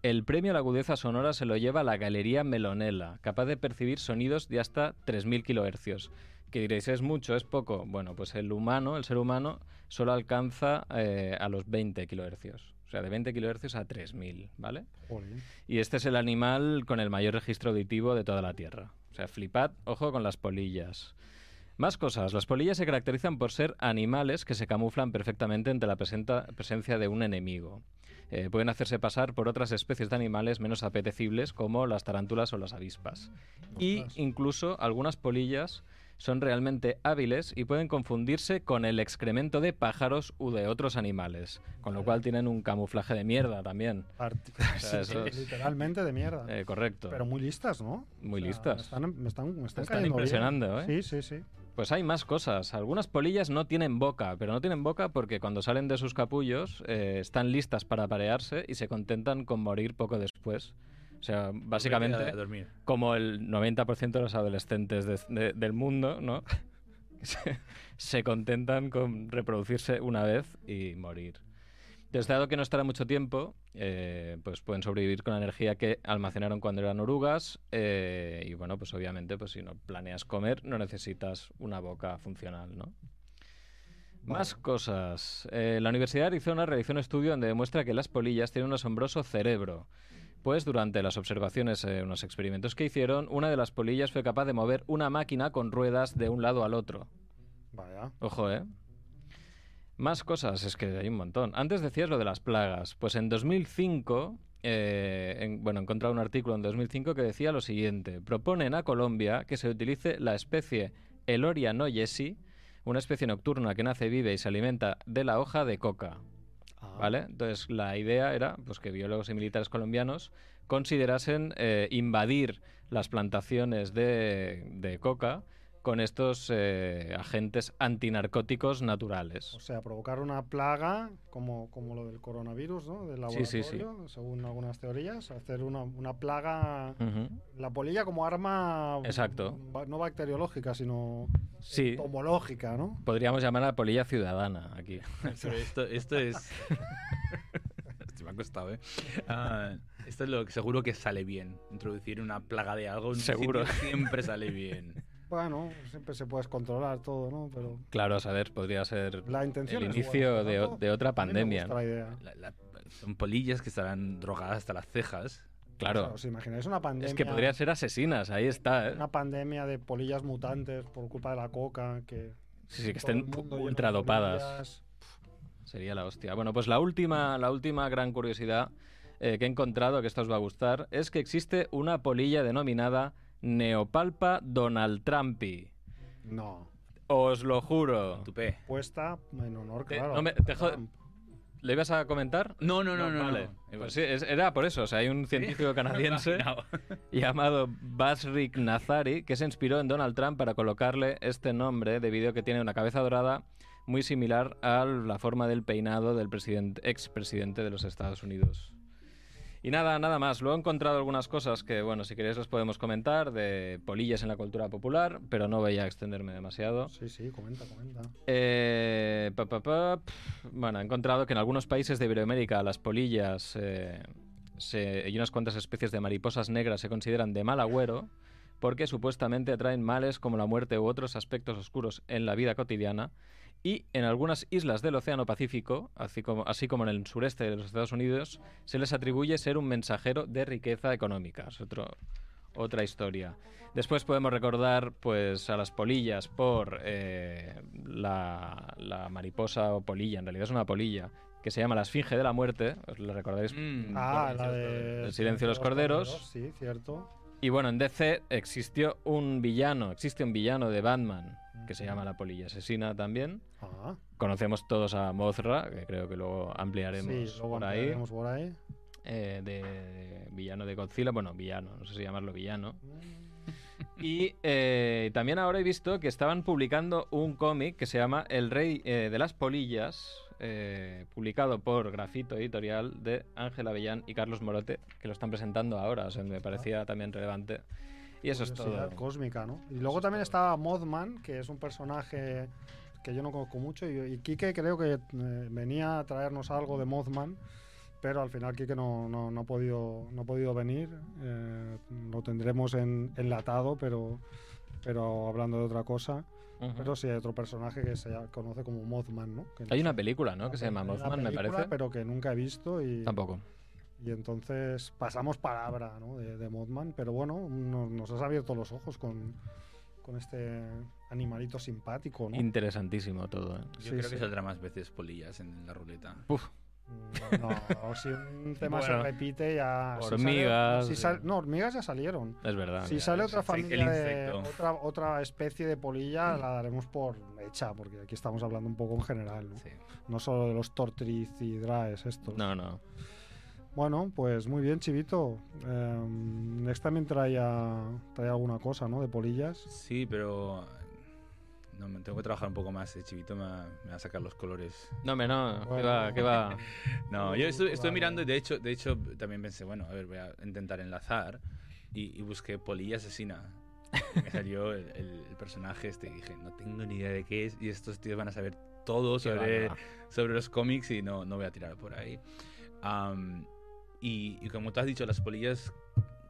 Speaker 2: el premio a la agudeza sonora se lo lleva la galería Melonela, capaz de percibir sonidos de hasta 3.000 kilohercios. Que diréis, ¿es mucho? ¿Es poco? Bueno, pues el humano, el ser humano, solo alcanza eh, a los 20 kilohercios. O sea, de 20 kilohercios a 3.000, ¿vale?
Speaker 1: Jolín.
Speaker 2: Y este es el animal con el mayor registro auditivo de toda la Tierra. O sea, flipad, ojo con las polillas. Más cosas. Las polillas se caracterizan por ser animales que se camuflan perfectamente ante la presenta- presencia de un enemigo. Eh, pueden hacerse pasar por otras especies de animales menos apetecibles como las tarántulas o las avispas. Y
Speaker 1: Ostras.
Speaker 2: incluso algunas polillas son realmente hábiles y pueden confundirse con el excremento de pájaros u de otros animales, con lo
Speaker 1: Vale.
Speaker 2: cual tienen un camuflaje de mierda también.
Speaker 1: Arti-
Speaker 2: sea,
Speaker 1: sí,
Speaker 2: eso-
Speaker 1: literalmente de mierda.
Speaker 2: Eh, correcto.
Speaker 1: Ah. Pero muy listas, ¿no?
Speaker 2: Muy
Speaker 1: O sea,
Speaker 2: listas.
Speaker 1: Me están, me están, me están
Speaker 2: están
Speaker 1: cayendo bien.
Speaker 2: impresionando,
Speaker 1: Sí,
Speaker 2: ¿eh?
Speaker 1: sí, sí.
Speaker 2: Pues hay más cosas. Algunas polillas no tienen boca, pero no tienen boca porque cuando salen de sus capullos eh, están listas para aparearse y se contentan con morir poco después. O sea,
Speaker 3: Vete A
Speaker 2: básicamente,
Speaker 3: dormir.
Speaker 2: como el 90% de los adolescentes de- de- del mundo, ¿no? se, se contentan con reproducirse una vez y morir. Desde dado que no estará mucho tiempo, eh, pues pueden sobrevivir con la energía que almacenaron cuando eran orugas. eh, y bueno, pues obviamente, pues si no planeas comer, no necesitas una boca funcional, ¿no? Más cosas. Eh, la Universidad de Arizona realizó un estudio donde demuestra que las polillas tienen un asombroso cerebro. Pues durante las observaciones, eh, unos experimentos que hicieron, una de las polillas fue capaz de mover una máquina con ruedas de un lado al otro.
Speaker 1: Vaya.
Speaker 2: Ojo, ¿eh? Más cosas, es que hay un montón. Antes decías lo de las plagas. Pues en 2005, eh, en- bueno, he encontrado un artículo en 2005 que decía lo siguiente. Proponen a Colombia que se utilice la especie Eloria no yesi, una especie nocturna que nace, vive y se alimenta de la hoja de coca.
Speaker 1: Ah,
Speaker 2: ¿Vale? Entonces la idea era pues, que biólogos y militares colombianos considerasen eh, invadir las plantaciones de, de coca con estos eh, agentes antinarcóticos naturales.
Speaker 1: O sea, provocar una plaga como, como lo del coronavirus, ¿no? Del
Speaker 2: Sí,
Speaker 1: laboratorio,
Speaker 2: sí, sí.
Speaker 1: según algunas teorías. Hacer una, una plaga...
Speaker 2: Ujú.
Speaker 1: La polilla como arma...
Speaker 2: Mm. Exacto.
Speaker 1: ba- No bacteriológica, sino
Speaker 2: Sí,
Speaker 1: homológica, ¿no?
Speaker 2: podríamos llamar a la polilla ciudadana aquí.
Speaker 3: Pero esto, esto es. Esto me ha costado, ¿eh? Ah, esto es lo que seguro que sale bien. Introducir una plaga de algo en un
Speaker 2: Seguro.
Speaker 3: sitio siempre sale bien.
Speaker 1: Bueno, siempre se puede controlar todo, ¿no? Pero
Speaker 2: Claro, a saber, podría ser
Speaker 1: la intención
Speaker 2: el
Speaker 1: es
Speaker 2: inicio
Speaker 1: buena,
Speaker 2: de,
Speaker 1: ¿no?
Speaker 2: o- de otra
Speaker 1: A mí me
Speaker 2: pandemia.
Speaker 1: gusta la idea.
Speaker 3: La- la- son polillas que estarán drogadas hasta las cejas.
Speaker 1: O sea,
Speaker 2: Claro,
Speaker 1: ¿Os imagináis una pandemia?
Speaker 2: es que podrían ser asesinas, ahí está. ¿eh?
Speaker 1: Una pandemia de polillas mutantes por culpa de la coca, que...
Speaker 2: Sí, sí, que
Speaker 1: todo el
Speaker 2: estén
Speaker 1: mundo lleno de
Speaker 2: ultradopadas.
Speaker 1: polillas.
Speaker 2: Sería la hostia. Bueno, pues la última, la última gran curiosidad eh, que he encontrado, que esta os va a gustar, es que existe una polilla denominada Neopalpa Donald Trumpi.
Speaker 1: No.
Speaker 2: Os lo juro.
Speaker 3: Tupé.
Speaker 1: Puesta en honor,
Speaker 2: Te-
Speaker 1: claro.
Speaker 2: Eh,
Speaker 1: Ah,
Speaker 2: no me- te jode-
Speaker 1: Trump.
Speaker 2: ¿Le ibas a comentar?
Speaker 3: No, no, no, no.
Speaker 2: vale.
Speaker 3: no.
Speaker 2: Pues sí, es- era por eso. O sea, hay un científico canadiense
Speaker 3: No.
Speaker 2: llamado Basrik Nazari que se inspiró en Donald Trump para colocarle este nombre debido a que tiene una cabeza dorada muy similar a la forma del peinado del presidente, expresidente de los Estados Unidos. Y nada, nada más. Luego he encontrado algunas cosas que, bueno, si queréis las podemos comentar, de polillas en la cultura popular, pero no voy a extenderme demasiado.
Speaker 1: Sí, sí, comenta, comenta.
Speaker 2: Eh, pa, pa, pa, pf, bueno, he encontrado que en algunos países de Iberoamérica las polillas eh, se- y unas cuantas especies de mariposas negras se consideran de mal agüero porque supuestamente atraen males como la muerte u otros aspectos oscuros en la vida cotidiana Y en algunas islas del Océano Pacífico, así como, así como en el sureste de los Estados Unidos, se les atribuye ser un mensajero de riqueza económica. Es otro, otra historia. Después podemos recordar pues, a las polillas por eh, la, la mariposa o polilla, en realidad es una polilla, que se llama la Esfinge de la Muerte, os lo recordaréis.
Speaker 3: Mm,
Speaker 1: Ah,
Speaker 3: por
Speaker 1: la
Speaker 3: eso,
Speaker 1: de.
Speaker 2: El silencio de los corderos.
Speaker 1: Sí, cierto.
Speaker 2: Y bueno, en DC existió un villano, existe un villano de Batman, que se llama la polilla asesina también.
Speaker 1: Ah,
Speaker 2: Conocemos todos a Mozra, que creo que luego ampliaremos
Speaker 1: sí, luego
Speaker 2: por ahí.
Speaker 1: ampliaremos por ahí.
Speaker 2: eh, de villano de Godzilla, bueno, villano, no sé si llamarlo villano. Y eh, también ahora he visto que estaban publicando un cómic que se llama El Rey eh, de las Polillas, eh, publicado por Grafito Editorial de Ángel Avellán y Carlos Morote, que lo están presentando ahora, o sea, me parecía también relevante. Y eso es todo.
Speaker 1: Ah. Curiosidad cósmica, ¿no? Y luego
Speaker 2: es
Speaker 1: también
Speaker 2: todo.
Speaker 1: estaba Mothman, que es un personaje que yo no conozco mucho, y, y Quique creo que eh, venía a traernos algo de Mothman, pero al final Quique no, no, no ha, podido, no ha podido venir. eh, lo tendremos en- enlatado, pero, pero hablando de otra cosa.
Speaker 2: Ujú.
Speaker 1: Pero sí, hay otro personaje que se llama- conoce como Mothman, ¿no? Que no
Speaker 2: Hay
Speaker 1: sé,
Speaker 2: una película, ¿no? Que se llama
Speaker 1: una
Speaker 2: Mothman, me
Speaker 1: película,
Speaker 2: parece.
Speaker 1: Pero que nunca he visto y,
Speaker 2: Tampoco.
Speaker 1: y entonces pasamos palabra ¿no? de, de Mothman, pero bueno, no- nos has abierto los ojos con, con este animalito simpático, ¿no?
Speaker 2: Interesantísimo todo. ¿eh?
Speaker 3: Yo
Speaker 1: Sí,
Speaker 3: creo
Speaker 1: sí.
Speaker 3: que saldrá más veces polillas en la ruleta.
Speaker 2: Uf,
Speaker 1: Mm, No, si un tema
Speaker 2: Bueno.
Speaker 1: se repite ya... si
Speaker 2: Hormigas,
Speaker 1: sale- si
Speaker 3: eh.
Speaker 1: sal-
Speaker 2: sí.
Speaker 1: no, hormigas ya salieron.
Speaker 2: es verdad.
Speaker 1: Si
Speaker 3: ya,
Speaker 1: sale
Speaker 3: el
Speaker 1: otra
Speaker 3: insecto- el
Speaker 1: familia, de,
Speaker 3: insecto. Mm.
Speaker 1: otra, otra especie de polilla, la daremos por hecha, porque aquí estamos hablando un poco en general, ¿no?
Speaker 3: Sí.
Speaker 1: No solo de los tortricidraes estos.
Speaker 2: No, no.
Speaker 1: Bueno, pues muy bien, Chivito. Eh, Next también traía, traía alguna cosa, ¿no? De polillas.
Speaker 3: Sí, pero no, me- tengo que trabajar un poco más. El chivito me va, me va a sacar los colores.
Speaker 2: No, me no. ¿Qué
Speaker 1: Bueno.
Speaker 2: va? ¿Qué va?
Speaker 3: No, yo estoy, estoy
Speaker 1: Claro.
Speaker 3: mirando y de hecho, de hecho también pensé, bueno, a ver, voy a intentar enlazar y, y busqué polilla asesina. Me salió el, el- el personaje este y dije, no tengo ni idea de qué es y estos tíos van a saber todo
Speaker 2: ¿Qué va,
Speaker 3: sobre,
Speaker 2: qué va?
Speaker 3: sobre los cómics y no, no voy a tirar por ahí. Am, y, y como tú has dicho, las polillas,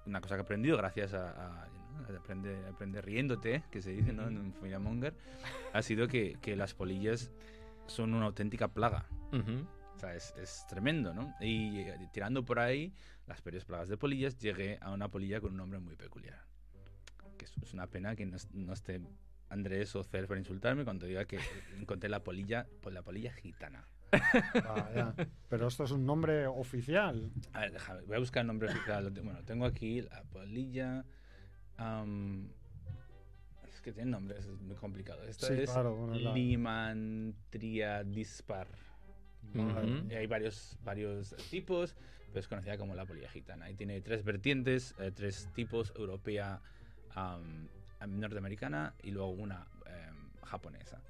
Speaker 3: una cosa que he aprendido gracias a, a, ¿no? a aprender, aprender riéndote, que se dice ¿no? en Familia Monger, ha sido que, que las polillas son una auténtica plaga.
Speaker 2: Ujú.
Speaker 3: O sea, es, es tremendo, ¿no? Y eh, tirando por ahí las peores plagas de polillas, llegué a una polilla con un nombre muy peculiar. Que es, es una pena que no, es- no esté Andrés o Cel para insultarme cuando diga que encontré la polilla, pues la polilla gitana.
Speaker 1: Vaya. Pero esto es un nombre oficial.
Speaker 3: A ver, déjame, voy a buscar el nombre oficial. Lo te- Bueno, tengo aquí la polilla. am, es que tiene nombres, es muy complicado. Esta
Speaker 1: Sí,
Speaker 3: es
Speaker 1: claro, bueno, la-
Speaker 3: Limantria dispar.
Speaker 1: Madre
Speaker 2: Ujú.
Speaker 3: Y
Speaker 1: mía.
Speaker 3: Eh, hay varios, varios tipos, pero es conocida como la polilla gitana. Y tiene tres vertientes, eh, tres tipos, europea, am, am, norteamericana y luego una em, japonesa.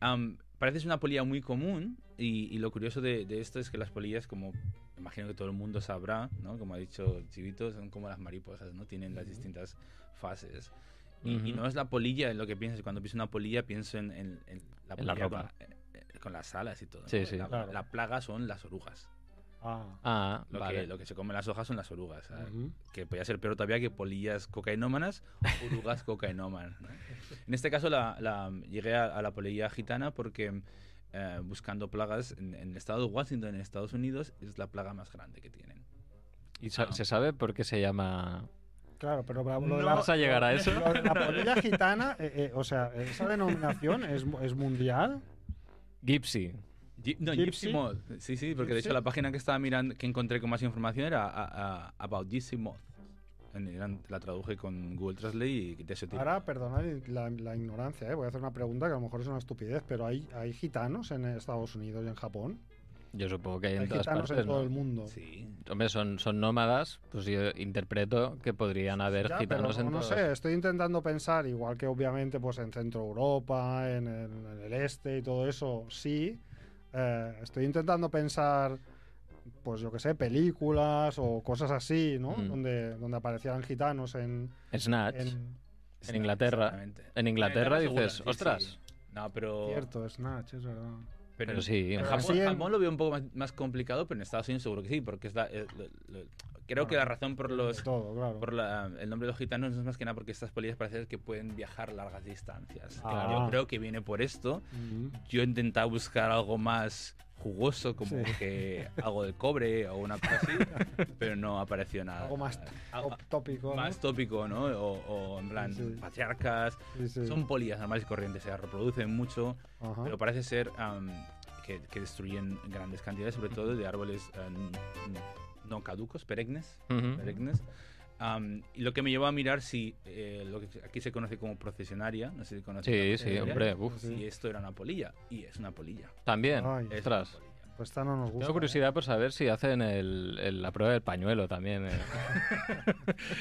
Speaker 3: Am, parece ser una polilla muy común y, y lo curioso de, de esto es que las polillas, como imagino que todo el mundo sabrá, ¿no? como ha dicho Chivito, son como las mariposas, ¿no? tienen las distintas fases. Y, y
Speaker 2: Ujú.
Speaker 3: no es la polilla en lo que piensas. Cuando pienso en una polilla, pienso en, en- en la
Speaker 2: En la
Speaker 3: polilla
Speaker 2: ropa.
Speaker 3: Con, eh, con las alas y todo. ¿no?
Speaker 2: Sí, sí.
Speaker 3: La,
Speaker 1: Claro.
Speaker 3: la plaga son las orugas.
Speaker 1: Ah.
Speaker 2: Ah,
Speaker 3: Lo,
Speaker 2: vale.
Speaker 3: que, lo que se comen las hojas son las orugas. o sea,
Speaker 1: Ujú.
Speaker 3: Que podía ser peor todavía que polillas cocainómanas o orugas cocainómanas. ¿no? En este caso la, la- llegué a, a la polilla gitana porque eh, buscando plagas en, en el estado de Washington, en Estados Unidos, es la plaga más grande que tienen.
Speaker 2: ¿Y sa-
Speaker 3: Ah.
Speaker 2: se sabe por qué se llama?
Speaker 1: Claro, pero lo de la,
Speaker 2: Vamos a llegar a eso.
Speaker 1: lo de la polilla gitana, eh, eh, o sea, esa denominación es, mu- es mundial.
Speaker 2: Gypsy.
Speaker 3: Gi- no,
Speaker 1: ¿Gypsy?
Speaker 3: Gypsy? Moth. Sí, sí, porque de
Speaker 1: ¿Gypsy?
Speaker 3: hecho la página que estaba mirando, que encontré con más información era a- a- About Gypsy Moth. En- eran- la traduje con Google Translate y de eso tiene.
Speaker 1: Ahora, perdonad la, la ignorancia, ¿eh? voy a hacer una pregunta que a lo mejor es una estupidez, pero ¿hay, hay gitanos en Estados Unidos y en Japón?
Speaker 2: Yo supongo que hay en
Speaker 1: hay
Speaker 2: todas
Speaker 1: gitanos
Speaker 2: partes.
Speaker 1: en todo
Speaker 2: ¿no?
Speaker 1: el mundo.
Speaker 3: Sí.
Speaker 2: Hombre, son, son nómadas, pues yo interpreto que podrían haber
Speaker 1: Ya, pero
Speaker 2: gitanos en
Speaker 1: no
Speaker 2: todas-
Speaker 1: sé, estoy intentando pensar, igual que obviamente pues en Centro Europa, en el, en el Este y todo eso, sí. Eh, estoy intentando pensar, pues yo que sé, películas o cosas así, ¿no?
Speaker 2: Mm.
Speaker 1: Donde, donde aparecieran gitanos en...
Speaker 2: Snatch.
Speaker 1: en-
Speaker 2: En Inglaterra.
Speaker 3: Exactamente.
Speaker 2: En Inglaterra
Speaker 3: seguro,
Speaker 2: dices,
Speaker 3: sí, sí.
Speaker 2: "Ostras".
Speaker 3: No, pero.
Speaker 1: Cierto, Snatch, es verdad.
Speaker 3: Pero,
Speaker 2: Pero
Speaker 3: en-
Speaker 2: sí,
Speaker 3: En
Speaker 2: pero
Speaker 3: Japón,
Speaker 1: sí en-
Speaker 3: Japón lo veo un poco más, más complicado, pero en Estados Unidos seguro que sí, porque es la- eh, lo- lo- creo que
Speaker 1: Claro,
Speaker 3: la razón por los
Speaker 1: Todo, claro.
Speaker 3: por la- el nombre de los gitanos es más que nada porque estas polillas parece que pueden viajar largas distancias.
Speaker 1: Ah.
Speaker 3: Yo creo que viene por esto.
Speaker 1: Mm.
Speaker 3: Yo he intentado buscar algo más jugoso, como
Speaker 1: Sí.
Speaker 3: que algo de cobre o una cosa así, pero no apareció nada.
Speaker 1: Algo más
Speaker 3: Ah,
Speaker 1: top tópico. ¿no?
Speaker 3: más tópico, ¿no? O, o en plan,
Speaker 1: Sí.
Speaker 3: patriarcas.
Speaker 1: Sí, sí.
Speaker 3: Son polillas normales y corrientes, se reproducen mucho,
Speaker 1: Ajá.
Speaker 3: pero parece ser am, que, que destruyen grandes cantidades, sobre todo de árboles am, no caducos, perennes.
Speaker 2: Ujú.
Speaker 3: perennes. Am, y lo que me llevó a mirar si eh, lo que aquí se conoce como procesionaria, no sé si conoces la
Speaker 2: Sí, sí,
Speaker 3: procesionaria,
Speaker 2: hombre. uf.
Speaker 1: Sí.
Speaker 3: Si esto era una polilla, y es una polilla.
Speaker 2: También.
Speaker 1: Ay.
Speaker 3: Es
Speaker 2: Ostras.
Speaker 3: una polilla.
Speaker 1: Pues esta no nos gusta.
Speaker 2: Tengo curiosidad por saber si hacen el- el- la prueba del pañuelo también. eh.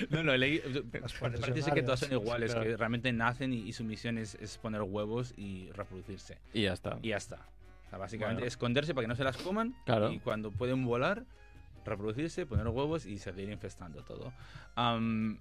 Speaker 3: No, no, leí, parece parece que todas son
Speaker 1: procesionarias,
Speaker 3: iguales,
Speaker 2: pues, claro.
Speaker 3: que realmente nacen y, y su misión es- es poner huevos y reproducirse.
Speaker 2: Y ya está.
Speaker 3: Y ya está. O sea, básicamente
Speaker 2: Bueno.
Speaker 3: esconderse para que no se las coman.
Speaker 2: Claro.
Speaker 3: Y cuando pueden volar, reproducirse, poner huevos y seguir infestando todo. Am,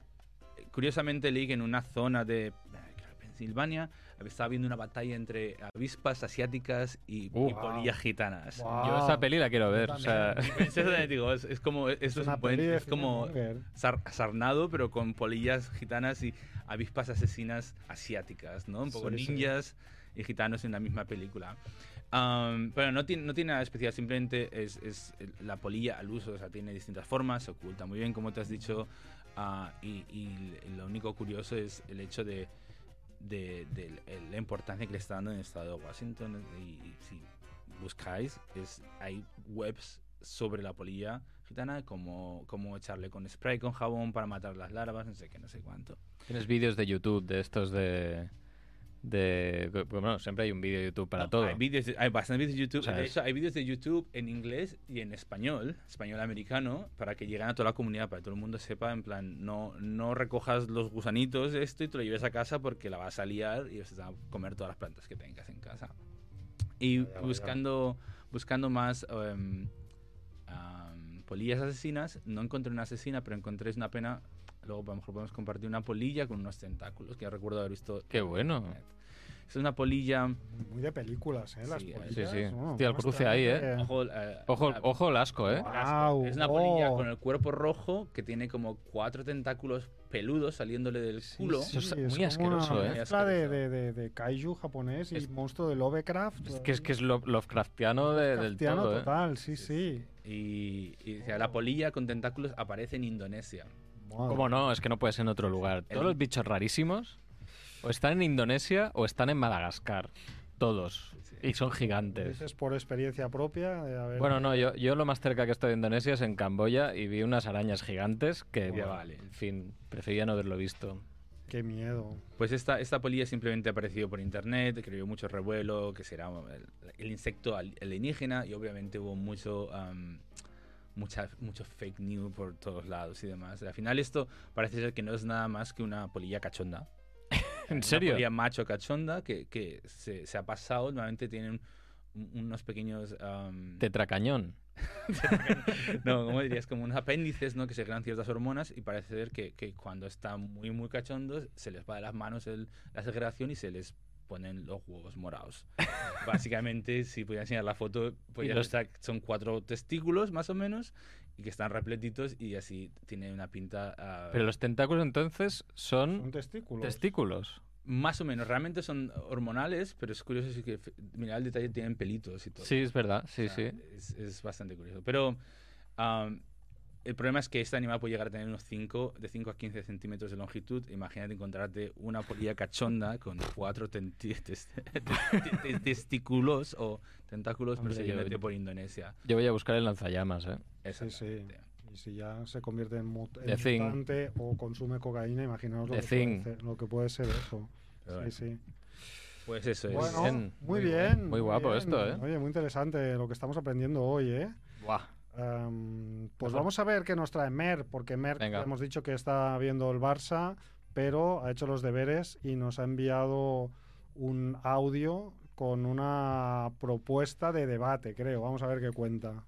Speaker 3: curiosamente leí que en una zona de eh, creo que Pensilvania estaba habiendo una batalla entre avispas asiáticas y,
Speaker 2: Uh.
Speaker 3: y polillas gitanas.
Speaker 1: Wow.
Speaker 2: Yo esa peli la quiero ver. o sea,
Speaker 1: ah, también.
Speaker 3: Pensé eso de- digo, es, es como, esto es,
Speaker 1: Es una
Speaker 3: un buen-
Speaker 1: peli de
Speaker 3: es como
Speaker 1: Finlandia.
Speaker 3: sar- sarnado, pero con polillas gitanas y avispas asesinas asiáticas, ¿no? Un poco
Speaker 1: Sí, sí.
Speaker 3: ninjas y gitanos en la misma película. Am, pero no tiene, no tiene nada especial, simplemente es, es el- la polilla al uso, o sea, tiene distintas formas, se oculta muy bien, como te has dicho, ah, y, y lo único curioso es el hecho de, de- de la importancia que le está dando en el estado de Washington. Y, y si buscáis, es, hay webs sobre la polilla gitana, como, como echarle con spray, con jabón para matar las larvas, no sé qué, no sé cuánto.
Speaker 2: Tienes vídeos de YouTube de estos de. de bueno, siempre hay un vídeo de YouTube para
Speaker 3: No,
Speaker 2: todo.
Speaker 3: Hay, vídeos de- hay bastantes vídeos de YouTube.
Speaker 2: O sea,
Speaker 3: de
Speaker 2: es-
Speaker 3: hecho, hay vídeos de YouTube en inglés y en español, español americano, para que lleguen a toda la comunidad, para que todo el mundo sepa, en plan, no, no recojas los gusanitos de esto y te lo lleves a casa porque la vas a liar y vas a comer todas las plantas que tengas en casa. Y
Speaker 1: Vaya, vaya.
Speaker 3: buscando, buscando más em, am, polillas asesinas, no encontré una asesina, pero encontré es una pena. Luego a lo mejor podemos compartir una polilla con unos tentáculos, que recuerdo haber visto.
Speaker 2: Qué bueno.
Speaker 3: Es una polilla...
Speaker 1: Muy de películas, ¿eh? Las
Speaker 3: Sí, sí,
Speaker 1: polillas.
Speaker 2: sí.
Speaker 1: Oh,
Speaker 2: Hostia, el
Speaker 1: ¿cómo
Speaker 2: cruce
Speaker 1: está?
Speaker 2: ahí, ¿eh?
Speaker 1: Eh,
Speaker 3: Ojo, eh,
Speaker 2: Ojo,
Speaker 3: ah,
Speaker 2: ojo el asco, ¿eh?
Speaker 3: asco.
Speaker 1: Guau,
Speaker 3: Es una polilla
Speaker 1: oh.
Speaker 3: con el cuerpo rojo que tiene como cuatro tentáculos peludos saliéndole del culo.
Speaker 2: sí. Eso es muy
Speaker 1: como una
Speaker 2: asqueroso, ¿eh?
Speaker 1: mezcla de, de,
Speaker 3: Asqueroso.
Speaker 1: de, de kaiju japonés y
Speaker 2: Es-
Speaker 1: monstruo de Lovecraft.
Speaker 2: Es que es, que es lo- Lovecraftiano de- del
Speaker 1: Lovecraftiano
Speaker 2: todo, ¿eh?
Speaker 1: total, sí, sí.
Speaker 3: Y, y, o sea, la polilla con tentáculos aparece en Indonesia.
Speaker 1: Madre.
Speaker 2: ¿Cómo no? Es que no puede ser en otro lugar.
Speaker 3: El-
Speaker 2: Todos los bichos rarísimos o están en Indonesia o están en Madagascar. Todos.
Speaker 3: Sí.
Speaker 2: Y son gigantes.
Speaker 1: Dices eh. por experiencia propia. de haber-
Speaker 2: Bueno, no, yo, yo lo más cerca que estoy de Indonesia es en Camboya y vi unas arañas gigantes que,
Speaker 3: Ya
Speaker 2: bueno,
Speaker 3: vale.
Speaker 2: en fin, prefería no haberlo visto.
Speaker 1: Qué miedo.
Speaker 3: Pues esta, esta polilla simplemente ha aparecido por internet, creó mucho revuelo, que será el, el insecto al- alienígena y obviamente hubo mucho, am, mucha, mucho fake news por todos lados y demás. Al final esto parece ser que no es nada más que una polilla cachonda.
Speaker 2: ¿En
Speaker 3: Una
Speaker 2: serio?
Speaker 3: polilla macho cachonda que, que se, se ha pasado, normalmente tienen un- unos pequeños... am,
Speaker 2: Tetracañón.
Speaker 3: no, ¿cómo dirías? Como unos apéndices, ¿no? Que secretan ciertas hormonas y parece ser que, que cuando están muy, muy cachondos se les va de las manos el- la segregación y se les ponen los huevos morados. Básicamente, si pudiera enseñar la foto, pues
Speaker 2: Y
Speaker 3: ya
Speaker 2: los-
Speaker 3: está- son cuatro testículos, más o menos, y que están repletitos y así tiene una pinta... ah,
Speaker 2: Pero los tentáculos entonces
Speaker 1: Un
Speaker 2: son
Speaker 1: testículo.
Speaker 2: testículos.
Speaker 3: Más o menos, realmente son hormonales, pero es curioso sí que, mira el detalle, tienen pelitos y todo.
Speaker 2: Sí, es verdad, sí,
Speaker 3: O sea,
Speaker 2: sí.
Speaker 3: Ah, Es, es bastante curioso. Pero am, el problema es que este animal puede llegar a tener unos 5, de 5 a 15 centímetros de longitud. Imagínate encontrarte una polilla cachonda con cuatro tenti- tes- tes- tes- testículos o tentáculos
Speaker 2: Hombre, yo-
Speaker 3: persiguiéndote por Indonesia.
Speaker 2: Yo voy a buscar el lanzallamas, ¿eh?
Speaker 3: Exactamente.
Speaker 1: Y si ya se convierte en, mut- en
Speaker 2: The Thing.
Speaker 1: mutante o consume cocaína, imaginaos lo
Speaker 2: The
Speaker 1: que, puede
Speaker 2: Thing.
Speaker 1: ser, lo que puede ser eso.
Speaker 3: Pero
Speaker 1: Sí,
Speaker 3: bueno,
Speaker 1: sí.
Speaker 3: Pues eso es.
Speaker 1: Bueno,
Speaker 2: bien.
Speaker 1: muy
Speaker 3: Muy
Speaker 1: bien.
Speaker 2: Muy guapo
Speaker 1: bien.
Speaker 2: esto, ¿eh?
Speaker 1: Oye, muy interesante lo que estamos aprendiendo hoy, ¿eh? Am, pues
Speaker 2: Mejor.
Speaker 1: vamos a ver qué nos trae Mer, porque Mer
Speaker 2: Venga.
Speaker 1: hemos dicho que está viendo el Barça, pero ha hecho los deberes y nos ha enviado un audio con una propuesta de debate, creo. Vamos a ver qué cuenta.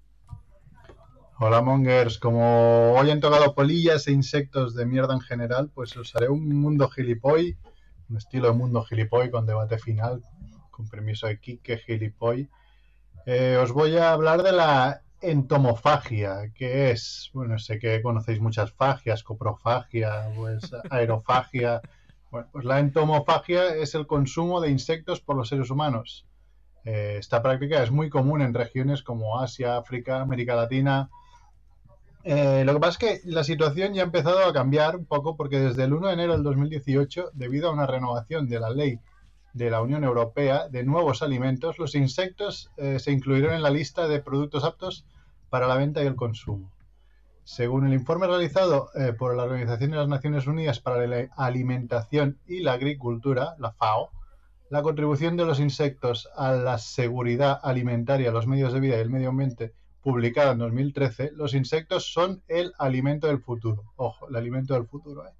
Speaker 6: Hola Mongers, como hoy han tocado polillas e insectos de mierda en general, pues os haré un mundo gilipoy, un estilo de mundo gilipoy con debate final, con permiso de Quique Gilipoy, Eh, os voy a hablar de la entomofagia, que es, bueno, sé que conocéis muchas fagias, coprofagia, pues aerofagia. Bueno, pues la entomofagia es el consumo de insectos por los seres humanos. Eh, esta práctica es muy común en regiones como Asia, África, América Latina. Eh, lo que pasa es que la situación ya ha empezado a cambiar un poco porque desde el 1 de enero del 2018, debido a una renovación de la ley de la Unión Europea de nuevos alimentos, los insectos eh, se incluyeron en la lista de productos aptos para la venta y el consumo. Según el informe realizado eh, por la Organización de las Naciones Unidas para la Alimentación y la Agricultura, la FAO, la contribución de los insectos a la seguridad alimentaria, los medios de vida y el medio ambiente, publicada en 2013, los insectos son el alimento del futuro. Ojo, el alimento del futuro. ¿eh?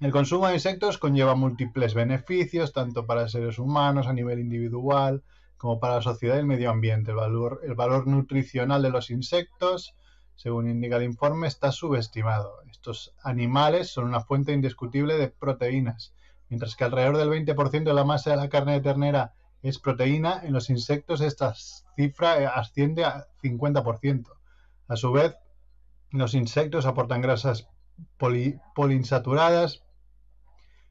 Speaker 6: El consumo de insectos conlleva múltiples beneficios, tanto para seres humanos a nivel individual como para la sociedad y el medio ambiente. El valor, el valor nutricional de los insectos, según indica el informe, está subestimado. Estos animales son una fuente indiscutible de proteínas, mientras que alrededor del 20% de la masa de la carne de ternera es proteína, en los insectos esta cifra eh, asciende a 50%. A su vez, los insectos aportan grasas poli poliinsaturadas,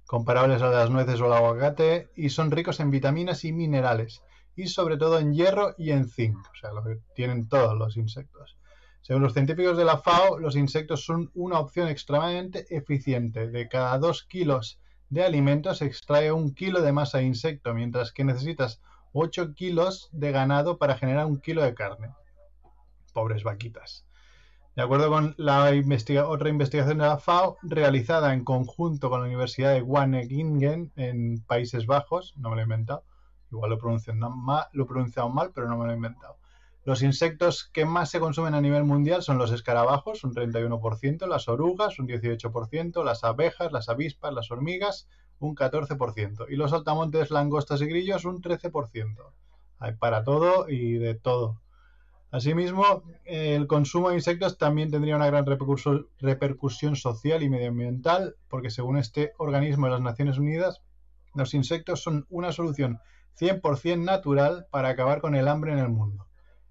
Speaker 6: comparables a las nueces o el aguacate, y son ricos en vitaminas y minerales, y sobre todo en hierro y en zinc, o sea, lo que tienen todos los insectos. Según los científicos de la FAO, los insectos son una opción extremadamente eficiente. De cada 2 kilos de alimentos se extrae un kilo de masa de insecto, mientras que necesitas 8 kilos de ganado para generar un kilo de carne. Pobres vaquitas. De acuerdo con la investiga otra investigación de la FAO realizada en conjunto con la Universidad de Wageningen en Países Bajos, no me lo he inventado, igual lo he pronunciado mal, lo he pronunciado mal pero no me lo he inventado. Los insectos que más se consumen a nivel mundial son los escarabajos, un 31%, las orugas, un 18%, las abejas, las avispas, las hormigas, un 14%, y los saltamontes, langostas y grillos, un 13%. Hay para todo y de todo. Asimismo, el consumo de insectos también tendría una gran repercurso, repercusión social y medioambiental, porque según este organismo de las Naciones Unidas, los insectos son una solución 100% natural para acabar con el hambre en el mundo.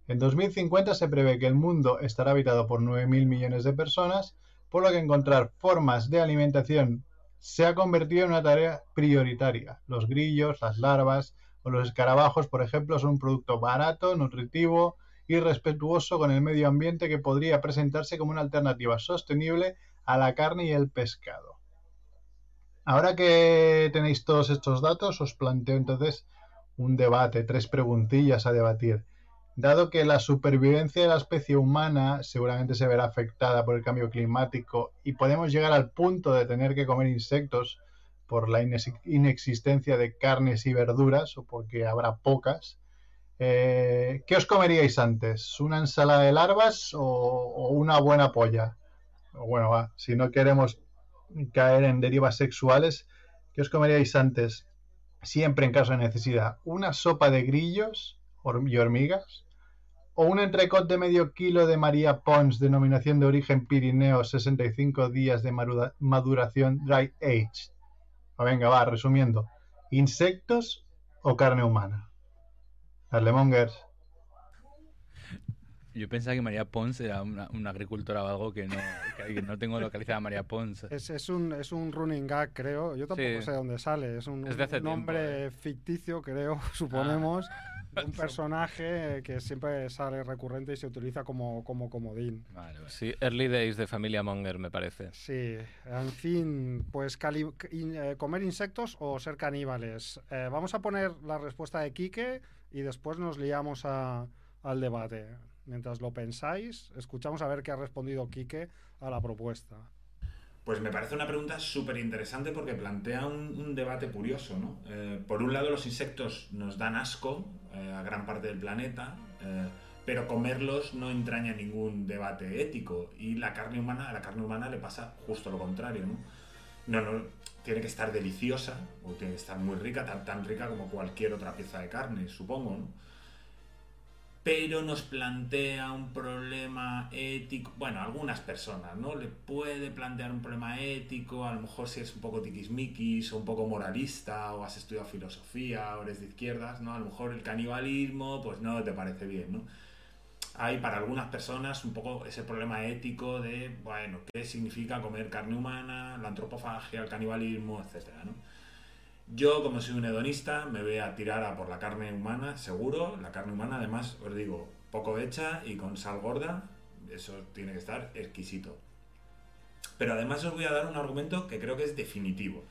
Speaker 6: En 2050 se prevé que el mundo estará habitado por 9.000 millones de personas, por lo que encontrar formas de alimentación se ha convertido en una tarea prioritaria. Los grillos, las larvas o los escarabajos, por ejemplo, son un producto barato, nutritivo, y respetuoso con el medio ambiente que podría presentarse como una alternativa sostenible a la carne y el pescado. Ahora que tenéis todos estos datos, os planteo entonces un debate, tres preguntillas a debatir. Dado que la supervivencia de la especie humana seguramente se verá afectada por el cambio climático y podemos llegar al punto de tener que comer insectos por la inexistencia de carnes y verduras o porque habrá pocas, eh, ¿Qué os comeríais antes? ¿Una ensalada de larvas o, o una buena polla? Bueno, va, si no queremos caer en derivas sexuales, ¿qué os comeríais antes? Siempre en caso de necesidad, ¿una sopa de grillos y hormigas? ¿O un entrecot de medio kilo de María Pons, denominación de origen Pirineo, 65 días de maruda, maduración dry age? Ah, venga, va, resumiendo, ¿insectos o carne humana? Arlemongers.
Speaker 3: Yo pensaba que María Pons era una, una agricultora o algo que no, que no tengo localizada María Pons.
Speaker 1: Es, es, un, es un running gag, creo. Yo tampoco
Speaker 3: Sí.
Speaker 1: sé dónde sale. Es un,
Speaker 3: Es de hace
Speaker 1: un nombre
Speaker 3: tiempo, eh. Ah.
Speaker 1: ficticio, creo, suponemos. de Un personaje que siempre sale recurrente y se utiliza como, como comodín.
Speaker 3: Vale, vale.
Speaker 2: Sí, Early Days de Familia Monger, me parece.
Speaker 1: Sí, en fin, pues cali- in- eh, comer insectos o ser caníbales. Eh, vamos a poner la respuesta de Quique y después nos liamos a- al debate. Mientras lo pensáis, escuchamos a ver qué ha respondido Quique a la propuesta.
Speaker 7: Pues me parece una pregunta súper interesante porque plantea un, un debate curioso, ¿no? Eh, por un lado, los insectos nos dan asco eh, a gran parte del planeta, eh, pero comerlos no entraña ningún debate ético. Y la carne humana, a la carne humana le pasa justo lo contrario, ¿no? No, no, tiene que estar deliciosa, o tiene que estar muy rica, tan, tan rica como cualquier otra pieza de carne, supongo, ¿no? pero nos plantea un problema ético, bueno, algunas personas, ¿no? Le puede plantear un problema ético, a lo mejor si eres un poco tiquismiquis o un poco moralista o has estudiado filosofía o eres de izquierdas, ¿no? A lo mejor el canibalismo, pues no te parece bien, ¿no? Hay para algunas personas un poco ese problema ético de, bueno, ¿qué significa comer carne humana, la antropofagia, el canibalismo, etcétera, ¿no? Yo, como soy un hedonista, me voy a tirar a por la carne humana, seguro. La carne humana, además, os digo, poco hecha y con sal gorda. Eso tiene que estar exquisito. Pero además os voy a dar un argumento que creo que es definitivo.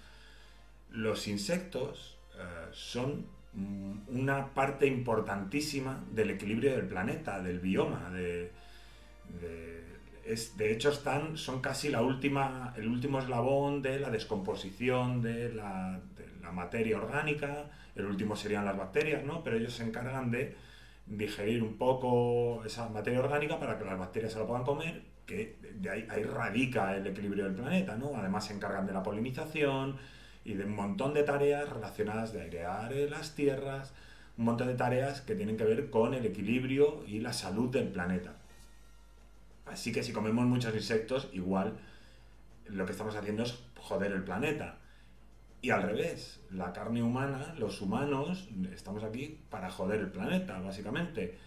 Speaker 7: Los insectos eh, son mm, una parte importantísima del equilibrio del planeta, del bioma, de, de- es, de hecho están, son casi la última, el último eslabón de la descomposición de la, de la materia orgánica, el último serían las bacterias, ¿no? Pero ellos se encargan de digerir un poco esa materia orgánica para que las bacterias se la puedan comer, que de ahí, ahí radica el equilibrio del planeta, ¿no? Además se encargan de la polinización y de un montón de tareas relacionadas de airear eh, las tierras, un montón de tareas que tienen que ver con el equilibrio y la salud del planeta. Así que si comemos muchos insectos, igual lo que estamos haciendo es joder el planeta. Y al revés, la carne humana, los humanos, estamos aquí para joder el planeta, básicamente.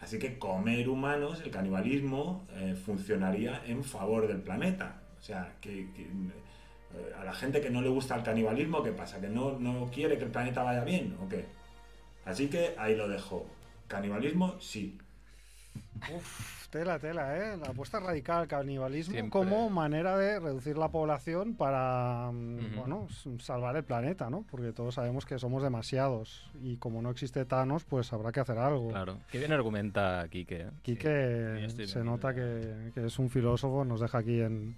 Speaker 7: Así que comer humanos, el canibalismo, eh, funcionaría en favor del planeta. O sea, que, que, eh, a la gente que no le gusta el canibalismo, ¿qué pasa? ¿Que no, no quiere que el planeta vaya bien o qué? Así que ahí lo dejo. Canibalismo, sí.
Speaker 1: Uf, tela, tela, ¿eh? La apuesta radical al canibalismo
Speaker 2: Siempre.
Speaker 1: como manera de reducir la población para, mm,
Speaker 2: Ujú.
Speaker 1: bueno, s- salvar el planeta, ¿no? Porque todos sabemos que somos demasiados y como no existe Thanos, pues habrá que hacer algo.
Speaker 2: Claro. Qué bien argumenta Quique. ¿eh?
Speaker 1: Quique
Speaker 3: yo estoy
Speaker 1: se
Speaker 3: metido
Speaker 1: nota
Speaker 3: ya.
Speaker 1: que, que es un filósofo, nos deja aquí en,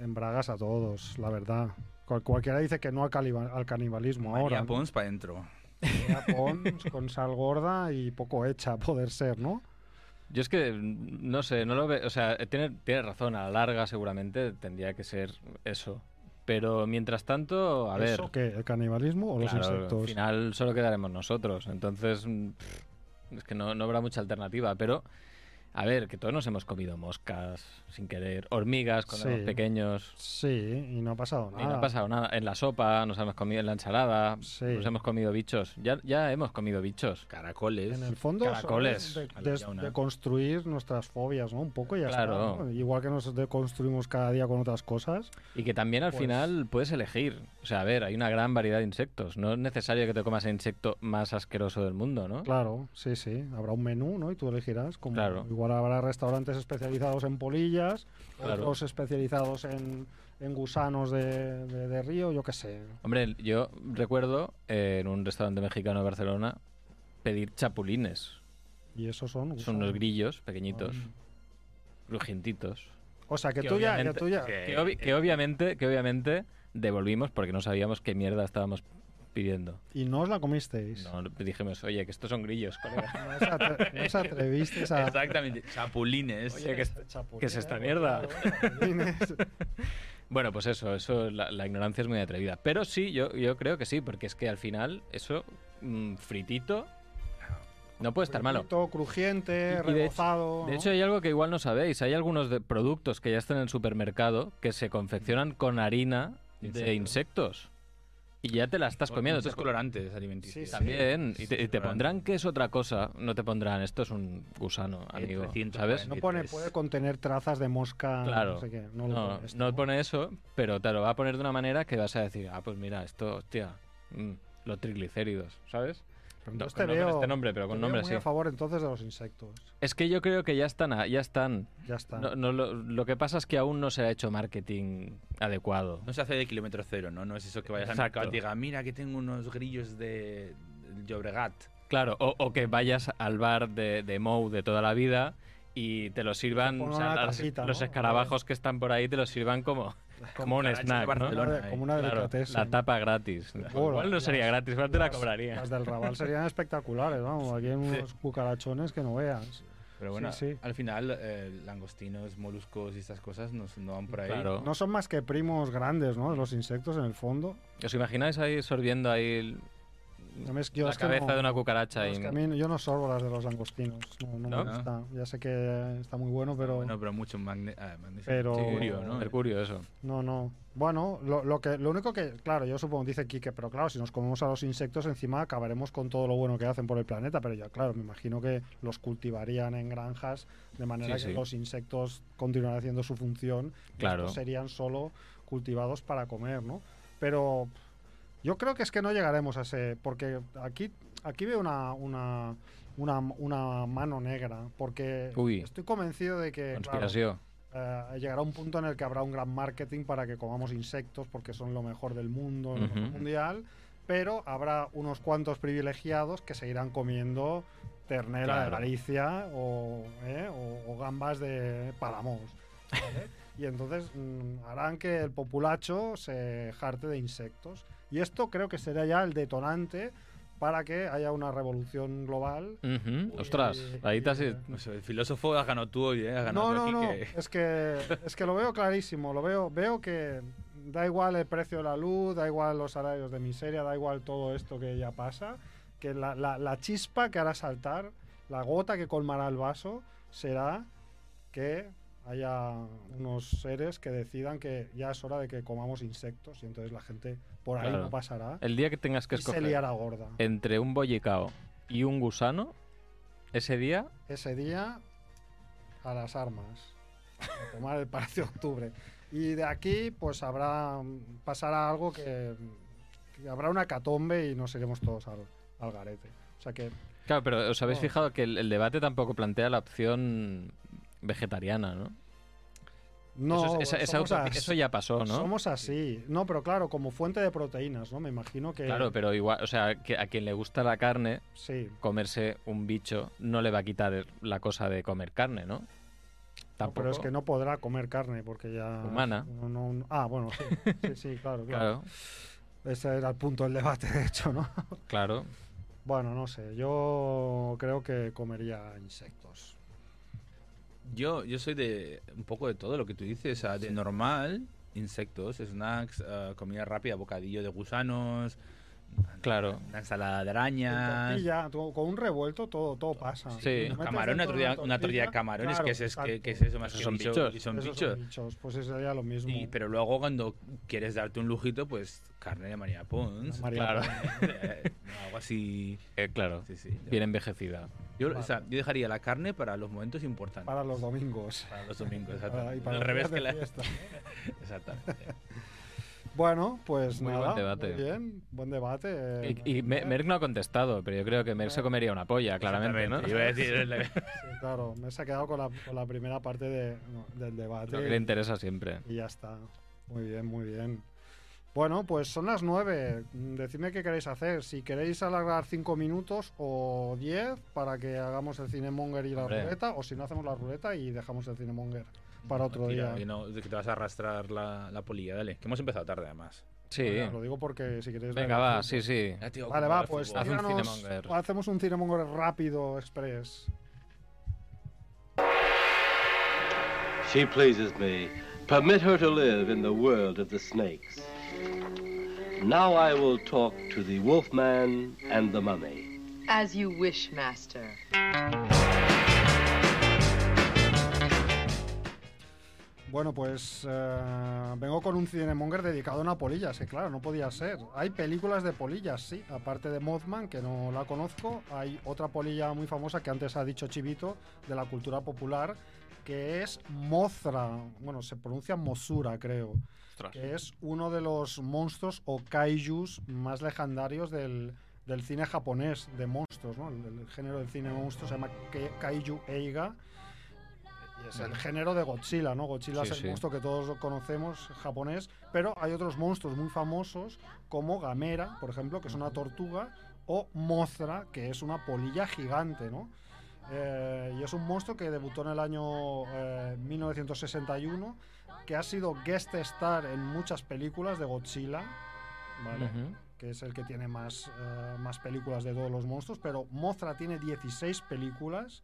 Speaker 1: en bragas a todos, la verdad. Cual- cualquiera dice que no al, caliba- al canibalismo ahora.
Speaker 3: María
Speaker 1: ¿no?
Speaker 3: Pons para adentro.
Speaker 1: María Pons, con sal gorda y poco hecha a poder ser, ¿no?
Speaker 2: Yo es que mm, no sé, no lo veo. O sea, tiene, tiene razón, a la larga seguramente tendría que ser eso. Pero mientras tanto, a ver.
Speaker 1: ¿Eso qué? ¿El canibalismo o los
Speaker 2: claro,
Speaker 1: insectos?
Speaker 2: Al final solo quedaremos nosotros. Entonces, mm, pff, es que no, no habrá mucha alternativa. Pero, a ver, que todos nos hemos comido moscas sin querer, hormigas cuando
Speaker 1: Sí.
Speaker 2: éramos pequeños.
Speaker 1: Sí, y no ha pasado nada.
Speaker 2: Y no ha pasado nada. En la sopa, nos hemos comido en la ensalada,
Speaker 1: Sí.
Speaker 2: nos hemos comido bichos. Ya, ya hemos comido bichos.
Speaker 3: Caracoles.
Speaker 1: En el fondo, son
Speaker 2: Caracoles,
Speaker 1: de,
Speaker 3: a la
Speaker 1: de-
Speaker 3: llauna.
Speaker 1: de construir nuestras fobias, ¿no? Un poco y ya
Speaker 2: Claro.
Speaker 1: está, ¿no? Igual que nos deconstruimos cada día con otras cosas.
Speaker 2: Y que también al
Speaker 1: Pues-
Speaker 2: final puedes elegir. O sea, a ver, hay una gran variedad de insectos. No es necesario que te comas el insecto más asqueroso del mundo, ¿no?
Speaker 1: Claro, sí, sí. Habrá un menú, ¿no? Y tú elegirás. Como
Speaker 2: Claro.
Speaker 1: Igual habrá restaurantes especializados en polillas,
Speaker 2: Claro.
Speaker 1: otros especializados en, en gusanos de, de- de río, yo qué sé.
Speaker 2: Hombre, yo recuerdo eh, en un restaurante mexicano de Barcelona pedir chapulines.
Speaker 1: Y esos son gusanos.
Speaker 2: Son unos grillos pequeñitos,
Speaker 1: Ah.
Speaker 2: crujientitos.
Speaker 1: O sea, que,
Speaker 2: Que
Speaker 1: tú ya, que
Speaker 2: obviamente-
Speaker 1: tú ya...
Speaker 2: Que, obvi- que obviamente, que obviamente devolvimos porque no sabíamos qué mierda estábamos pidiendo.
Speaker 1: Y no os la comisteis.
Speaker 2: No, dijimos, oye, que estos son grillos, colega.
Speaker 1: No os, atre- no os atrevisteis a...
Speaker 3: Exactamente. Chapulines.
Speaker 2: Oye, que es-
Speaker 1: Chapulín,
Speaker 2: ¿qué es esta
Speaker 1: ¿eh?
Speaker 2: mierda?
Speaker 1: Chapulines.
Speaker 2: Bueno, pues eso, eso la, la ignorancia es muy atrevida. Pero sí, yo, yo creo que sí, porque es que al final eso mm, fritito no puede estar malo.
Speaker 1: Frito, crujiente,
Speaker 2: Y- y de hecho-
Speaker 1: rebozado.
Speaker 2: De
Speaker 1: ¿no?
Speaker 2: hecho, hay algo que igual no sabéis. Hay algunos de- productos que ya están en el supermercado que se confeccionan con harina de insectos. Y ya te la estás comiendo.
Speaker 3: Muchos
Speaker 2: Te-
Speaker 3: colorantes
Speaker 1: Sí,
Speaker 3: alimenticios.
Speaker 1: sí.
Speaker 2: También. Y te, y te
Speaker 3: Colorante.
Speaker 2: pondrán que es otra cosa. No te pondrán, esto es un gusano,
Speaker 1: Eh,
Speaker 2: amigo.
Speaker 3: 340.
Speaker 2: ¿Sabes?
Speaker 1: no pone,
Speaker 3: es-
Speaker 1: puede contener trazas de mosca.
Speaker 2: Claro.
Speaker 1: No, sé qué, no lo
Speaker 2: No,
Speaker 1: pone esto,
Speaker 2: no
Speaker 1: ¿no?
Speaker 2: pone eso, pero te lo va a poner de una manera que vas a decir, ah, pues mira, esto, hostia, mm, los triglicéridos, ¿sabes?
Speaker 1: Pero
Speaker 2: No,
Speaker 1: entonces
Speaker 2: con-
Speaker 1: te
Speaker 2: no con
Speaker 1: veo,
Speaker 2: este nombre, pero
Speaker 1: te
Speaker 2: con
Speaker 1: veo
Speaker 2: nombre
Speaker 1: muy
Speaker 2: sí.
Speaker 1: a favor entonces de los insectos.
Speaker 2: Es que yo creo que ya están, a- ya están.
Speaker 1: Ya está.
Speaker 2: No, no, lo, lo que pasa es que aún no se ha hecho marketing adecuado.
Speaker 3: No se hace de kilómetro cero, ¿no? No es eso que vayas
Speaker 2: Exacto.
Speaker 3: al mercado y te diga, mira que tengo unos grillos de de Llobregat.
Speaker 2: Claro, o, o que vayas al bar de, de Mou de toda la vida y te lo sirvan,
Speaker 1: pongan
Speaker 2: o sea,
Speaker 1: una
Speaker 2: las-
Speaker 1: tacita,
Speaker 2: los
Speaker 1: ¿no?
Speaker 2: escarabajos que están por ahí te los sirvan como, como un
Speaker 3: cucarachas de
Speaker 1: Como
Speaker 2: snack, ¿no? eh,
Speaker 1: una de-
Speaker 3: ahí.
Speaker 1: como una
Speaker 2: Claro,
Speaker 1: delicatesa.
Speaker 2: la tapa gratis.
Speaker 1: Oh,
Speaker 2: Igual no
Speaker 1: las-
Speaker 2: sería gratis, igual te la
Speaker 1: las-
Speaker 2: cobraría.
Speaker 1: Las del Raval serían espectaculares, vamos. Aquí hay unos cucarachones que no veas.
Speaker 3: Pero bueno,
Speaker 1: Sí, sí.
Speaker 3: al final, eh, langostinos, moluscos y estas cosas nos, no van por ahí.
Speaker 2: Claro.
Speaker 1: No son más que primos grandes, ¿no? De los insectos en el fondo.
Speaker 2: ¿Os imagináis ahí sorbiendo ahí el-
Speaker 1: A mí es que yo
Speaker 2: la
Speaker 1: es que
Speaker 2: cabeza
Speaker 1: no-
Speaker 2: de una cucaracha.
Speaker 1: es
Speaker 2: y-
Speaker 1: que a mí yo no sorbo las de los langostinos. No, no
Speaker 2: ¿No?
Speaker 1: me gusta. Ya sé que está muy bueno, pero.
Speaker 3: No, pero mucho magne- ah, magnesio.
Speaker 1: Pero-
Speaker 3: Mercurio, ¿no?
Speaker 2: Mercurio, eso.
Speaker 1: No, no. Bueno, lo, lo que, lo único que, claro, yo supongo, dice Quique, pero claro, si nos comemos a los insectos encima acabaremos con todo lo bueno que hacen por el planeta, pero ya, claro, me imagino que los cultivarían en granjas de manera
Speaker 3: Sí,
Speaker 1: que
Speaker 3: sí.
Speaker 1: los insectos continuarán haciendo su función. y
Speaker 2: Claro.
Speaker 1: estos serían solo cultivados para comer, ¿no? Pero yo creo que es que no llegaremos a ese, porque aquí, aquí veo una, una, una, una mano negra, porque
Speaker 2: Uy.
Speaker 1: estoy convencido de que... claro,
Speaker 2: Conspiración.
Speaker 1: eh, llegará un punto en el que habrá un gran marketing para que comamos insectos porque son lo mejor del mundo, lo mejor
Speaker 2: Ujú.
Speaker 1: mundial, pero habrá unos cuantos privilegiados que seguirán comiendo ternera de
Speaker 2: Claro.
Speaker 1: Galicia o, ¿eh? o- o gambas de Palamos. ¿vale? y entonces mm, harán que el populacho se jarte de insectos. Y esto creo que será ya el detonante para que haya una revolución global.
Speaker 2: Ujú.
Speaker 1: Uy,
Speaker 2: Ostras, ahí te has-
Speaker 1: eh,
Speaker 3: O sea, el filósofo has ganado tú hoy, ¿eh? Has ganado
Speaker 1: No, no,
Speaker 3: tú
Speaker 1: no.
Speaker 3: aquí que-
Speaker 1: Es que es que lo veo clarísimo. Lo veo, veo que da igual el precio de la luz, da igual los salarios de miseria, da igual todo esto que ya pasa. Que la, la- la chispa que hará saltar, la gota que colmará el vaso, será que haya unos seres que decidan que ya es hora de que comamos insectos y entonces la gente por ahí
Speaker 2: Claro.
Speaker 1: no pasará
Speaker 2: El día que tengas que
Speaker 1: y se
Speaker 2: escoger
Speaker 1: liará gorda.
Speaker 2: entre un bollicao y un gusano, ese día
Speaker 1: ese día a las armas, a tomar el Palacio de Octubre. Y de aquí, pues habrá pasará algo que, que habrá una catombe y nos iremos todos al, al garete. O sea que,
Speaker 2: Claro, pero os habéis
Speaker 1: Oh.
Speaker 2: fijado que el, el debate tampoco plantea la opción vegetariana, ¿no?
Speaker 1: no,
Speaker 2: eso, es- esa- esa
Speaker 1: somos
Speaker 2: utopía-
Speaker 1: as-
Speaker 2: eso ya pasó, ¿no?
Speaker 1: somos así. No, pero claro, como fuente de proteínas, ¿no? Me imagino que.
Speaker 2: Claro, pero igual, o sea, que a quien le gusta la carne,
Speaker 1: Sí.
Speaker 2: comerse un bicho no le va a quitar la cosa de comer carne, ¿no?
Speaker 1: No,
Speaker 2: Tampoco.
Speaker 1: pero es que no podrá comer carne porque ya.
Speaker 2: Humana.
Speaker 1: uno no- uno- ah, bueno, sí. Sí, sí, claro, claro.
Speaker 2: Claro,
Speaker 1: Ese era el punto del debate, de hecho, ¿no?
Speaker 2: claro.
Speaker 1: Bueno, no sé, yo creo que comería insectos.
Speaker 3: Yo, yo soy de un poco de todo lo que tú dices, o sea, de normal, insectos, snacks, eh, comida rápida, bocadillo de gusanos,
Speaker 2: Claro.
Speaker 3: una ensalada de
Speaker 1: Con
Speaker 3: arañas,
Speaker 1: tortilla, tú- con un revuelto todo, todo pasa.
Speaker 2: Sí.
Speaker 1: Si le
Speaker 2: Unos
Speaker 1: metes
Speaker 3: camarones, una
Speaker 1: dentro
Speaker 3: tortilla, una tortilla de camarones,
Speaker 1: claro,
Speaker 3: que es, es que,
Speaker 1: exacto.
Speaker 3: que es eso más
Speaker 2: Esos
Speaker 3: que
Speaker 2: son
Speaker 3: bicho,
Speaker 2: bichos.
Speaker 3: y son
Speaker 1: Esos
Speaker 3: bichos.
Speaker 1: Pues eso sería lo mismo.
Speaker 3: Y- pero luego cuando quieres darte un lujito, pues carne de María Pons,
Speaker 1: María
Speaker 2: claro.
Speaker 3: eh, algo así.
Speaker 2: Eh, claro,
Speaker 3: Sí, sí.
Speaker 2: bien envejecida.
Speaker 3: Yo, o sea, yo dejaría la carne para los momentos importantes.
Speaker 1: Para los domingos.
Speaker 3: Para los domingos,
Speaker 1: Ah, y
Speaker 3: exactamente.
Speaker 1: para
Speaker 3: Al
Speaker 1: los días
Speaker 3: revés
Speaker 1: de
Speaker 3: que la...
Speaker 1: fiesta.
Speaker 3: Exactamente.
Speaker 1: Bueno, pues
Speaker 2: Muy buen
Speaker 1: nada.
Speaker 2: debate.
Speaker 1: Muy bien, buen debate. eh,
Speaker 2: Y, y Me-
Speaker 1: eh,
Speaker 2: Merck no ha contestado, pero yo creo que Merck se comería una polla, claramente, ¿no?
Speaker 3: Exactamente, iba a decir-
Speaker 1: sí, claro, me he quedado con la, con la primera parte de- del debate.
Speaker 2: Lo que le interesa siempre.
Speaker 1: Y ya está. Muy bien, muy bien. Bueno, pues son las 9. Mm, Decidme qué queréis hacer. Si queréis alargar 5 minutos o 10 para que hagamos el cinemonger y la
Speaker 2: Hombre.
Speaker 1: ruleta, o si no hacemos la ruleta y dejamos el cinemonger para otro
Speaker 3: Tira,
Speaker 1: día.
Speaker 3: que no- que te vas a arrastrar la, la polilla, dale. Que hemos empezado tarde, además.
Speaker 2: Sí.
Speaker 1: Bueno, lo digo porque si queréis...
Speaker 2: Venga,
Speaker 1: ver-
Speaker 2: va, sí, sí.
Speaker 1: Vale, va, pues
Speaker 2: Haz un
Speaker 1: tíranos-
Speaker 2: cinemonger.
Speaker 1: hacemos un cinemonger rápido, express.
Speaker 8: She pleases me. Permit her to live in the world of the snakes. Now I will talk to the wolfman and the mummy.
Speaker 9: As you wish, master.
Speaker 1: Bueno, pues eh, vengo con un cinemonger dedicado a una polilla, es que claro, no podía ser. Hay películas de polillas, sí, aparte de Mothman, que no la conozco, hay otra polilla muy famosa que antes ha dicho Chivito, de la cultura popular, que es Mozra, bueno, se pronuncia Mosura, creo, que es uno de los monstruos o kaijus más legendarios del, del cine japonés de monstruos, ¿no? El, el género del cine monstruo se llama ke- Kaiju Eiga. Y es el género de Godzilla, ¿no? Godzilla es
Speaker 2: Sí,
Speaker 1: el
Speaker 2: sí.
Speaker 1: monstruo que todos lo conocemos, japonés, pero hay otros monstruos muy famosos como Gamera, por ejemplo, que es una tortuga, o Mozra, que es una polilla gigante, ¿no? Eh, y es un monstruo que debutó en el año eh, 1961, que ha sido guest star en muchas películas de Godzilla, ¿vale?
Speaker 2: Ujú.
Speaker 1: que es el que tiene más, eh, más películas de todos los monstruos, pero Mothra tiene 16 películas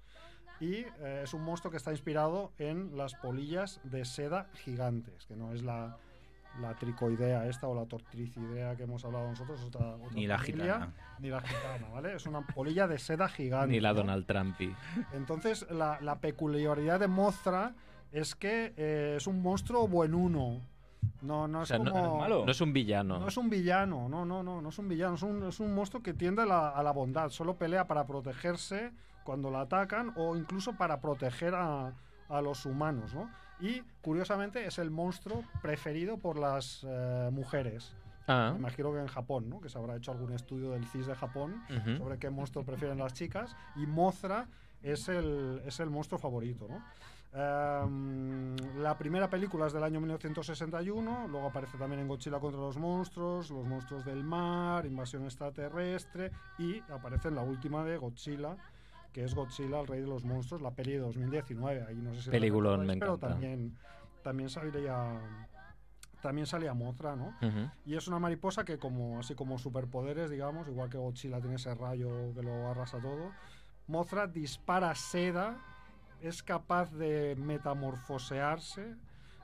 Speaker 1: y eh, es un monstruo que está inspirado en las polillas de seda gigantes, que no es la, la tricoidea esta o la tortricidea que hemos hablado nosotros, otra, otra
Speaker 3: Ni la
Speaker 1: familia,
Speaker 3: gitana.
Speaker 1: Ni la gitana, ¿vale? Es una polilla de seda gigante.
Speaker 2: Ni la
Speaker 1: ¿no?
Speaker 2: Donald Trumpy.
Speaker 1: Entonces, la, la peculiaridad de Mozra es que eh, es un monstruo buenuno. No, no
Speaker 2: O
Speaker 1: es
Speaker 2: sea, no-
Speaker 1: como.
Speaker 3: no es malo.
Speaker 2: No es un villano.
Speaker 1: No es un villano, no, no, no, no es un villano, es un, es un monstruo que tiende a la, a la bondad, solo pelea para protegerse cuando la atacan o incluso para proteger a, a los humanos, ¿no? Y curiosamente es el monstruo preferido por las eh, mujeres.
Speaker 2: Ah,
Speaker 1: Me imagino que en Japón, ¿no? Que se habrá hecho algún estudio del CIS de Japón
Speaker 2: ujú.
Speaker 1: sobre qué monstruo prefieren las chicas y Mozra es el, es el monstruo favorito. ¿no? Em, la primera película es del año 1961, luego aparece también en Godzilla contra los monstruos, los monstruos del mar, invasión extraterrestre y aparece en la última de Godzilla, que es Godzilla, el rey de los monstruos, la peli de 2019. Ahí no sé si la
Speaker 2: Peliculón,
Speaker 1: recordáis,
Speaker 2: me
Speaker 1: pero
Speaker 2: encanta.
Speaker 1: también, también salía también salía Mothra, ¿no?
Speaker 2: Ujú.
Speaker 1: Y es una mariposa que como así como superpoderes, digamos, igual que Godzilla tiene ese rayo que lo arrasa todo, Mothra dispara seda, es capaz de metamorfosearse,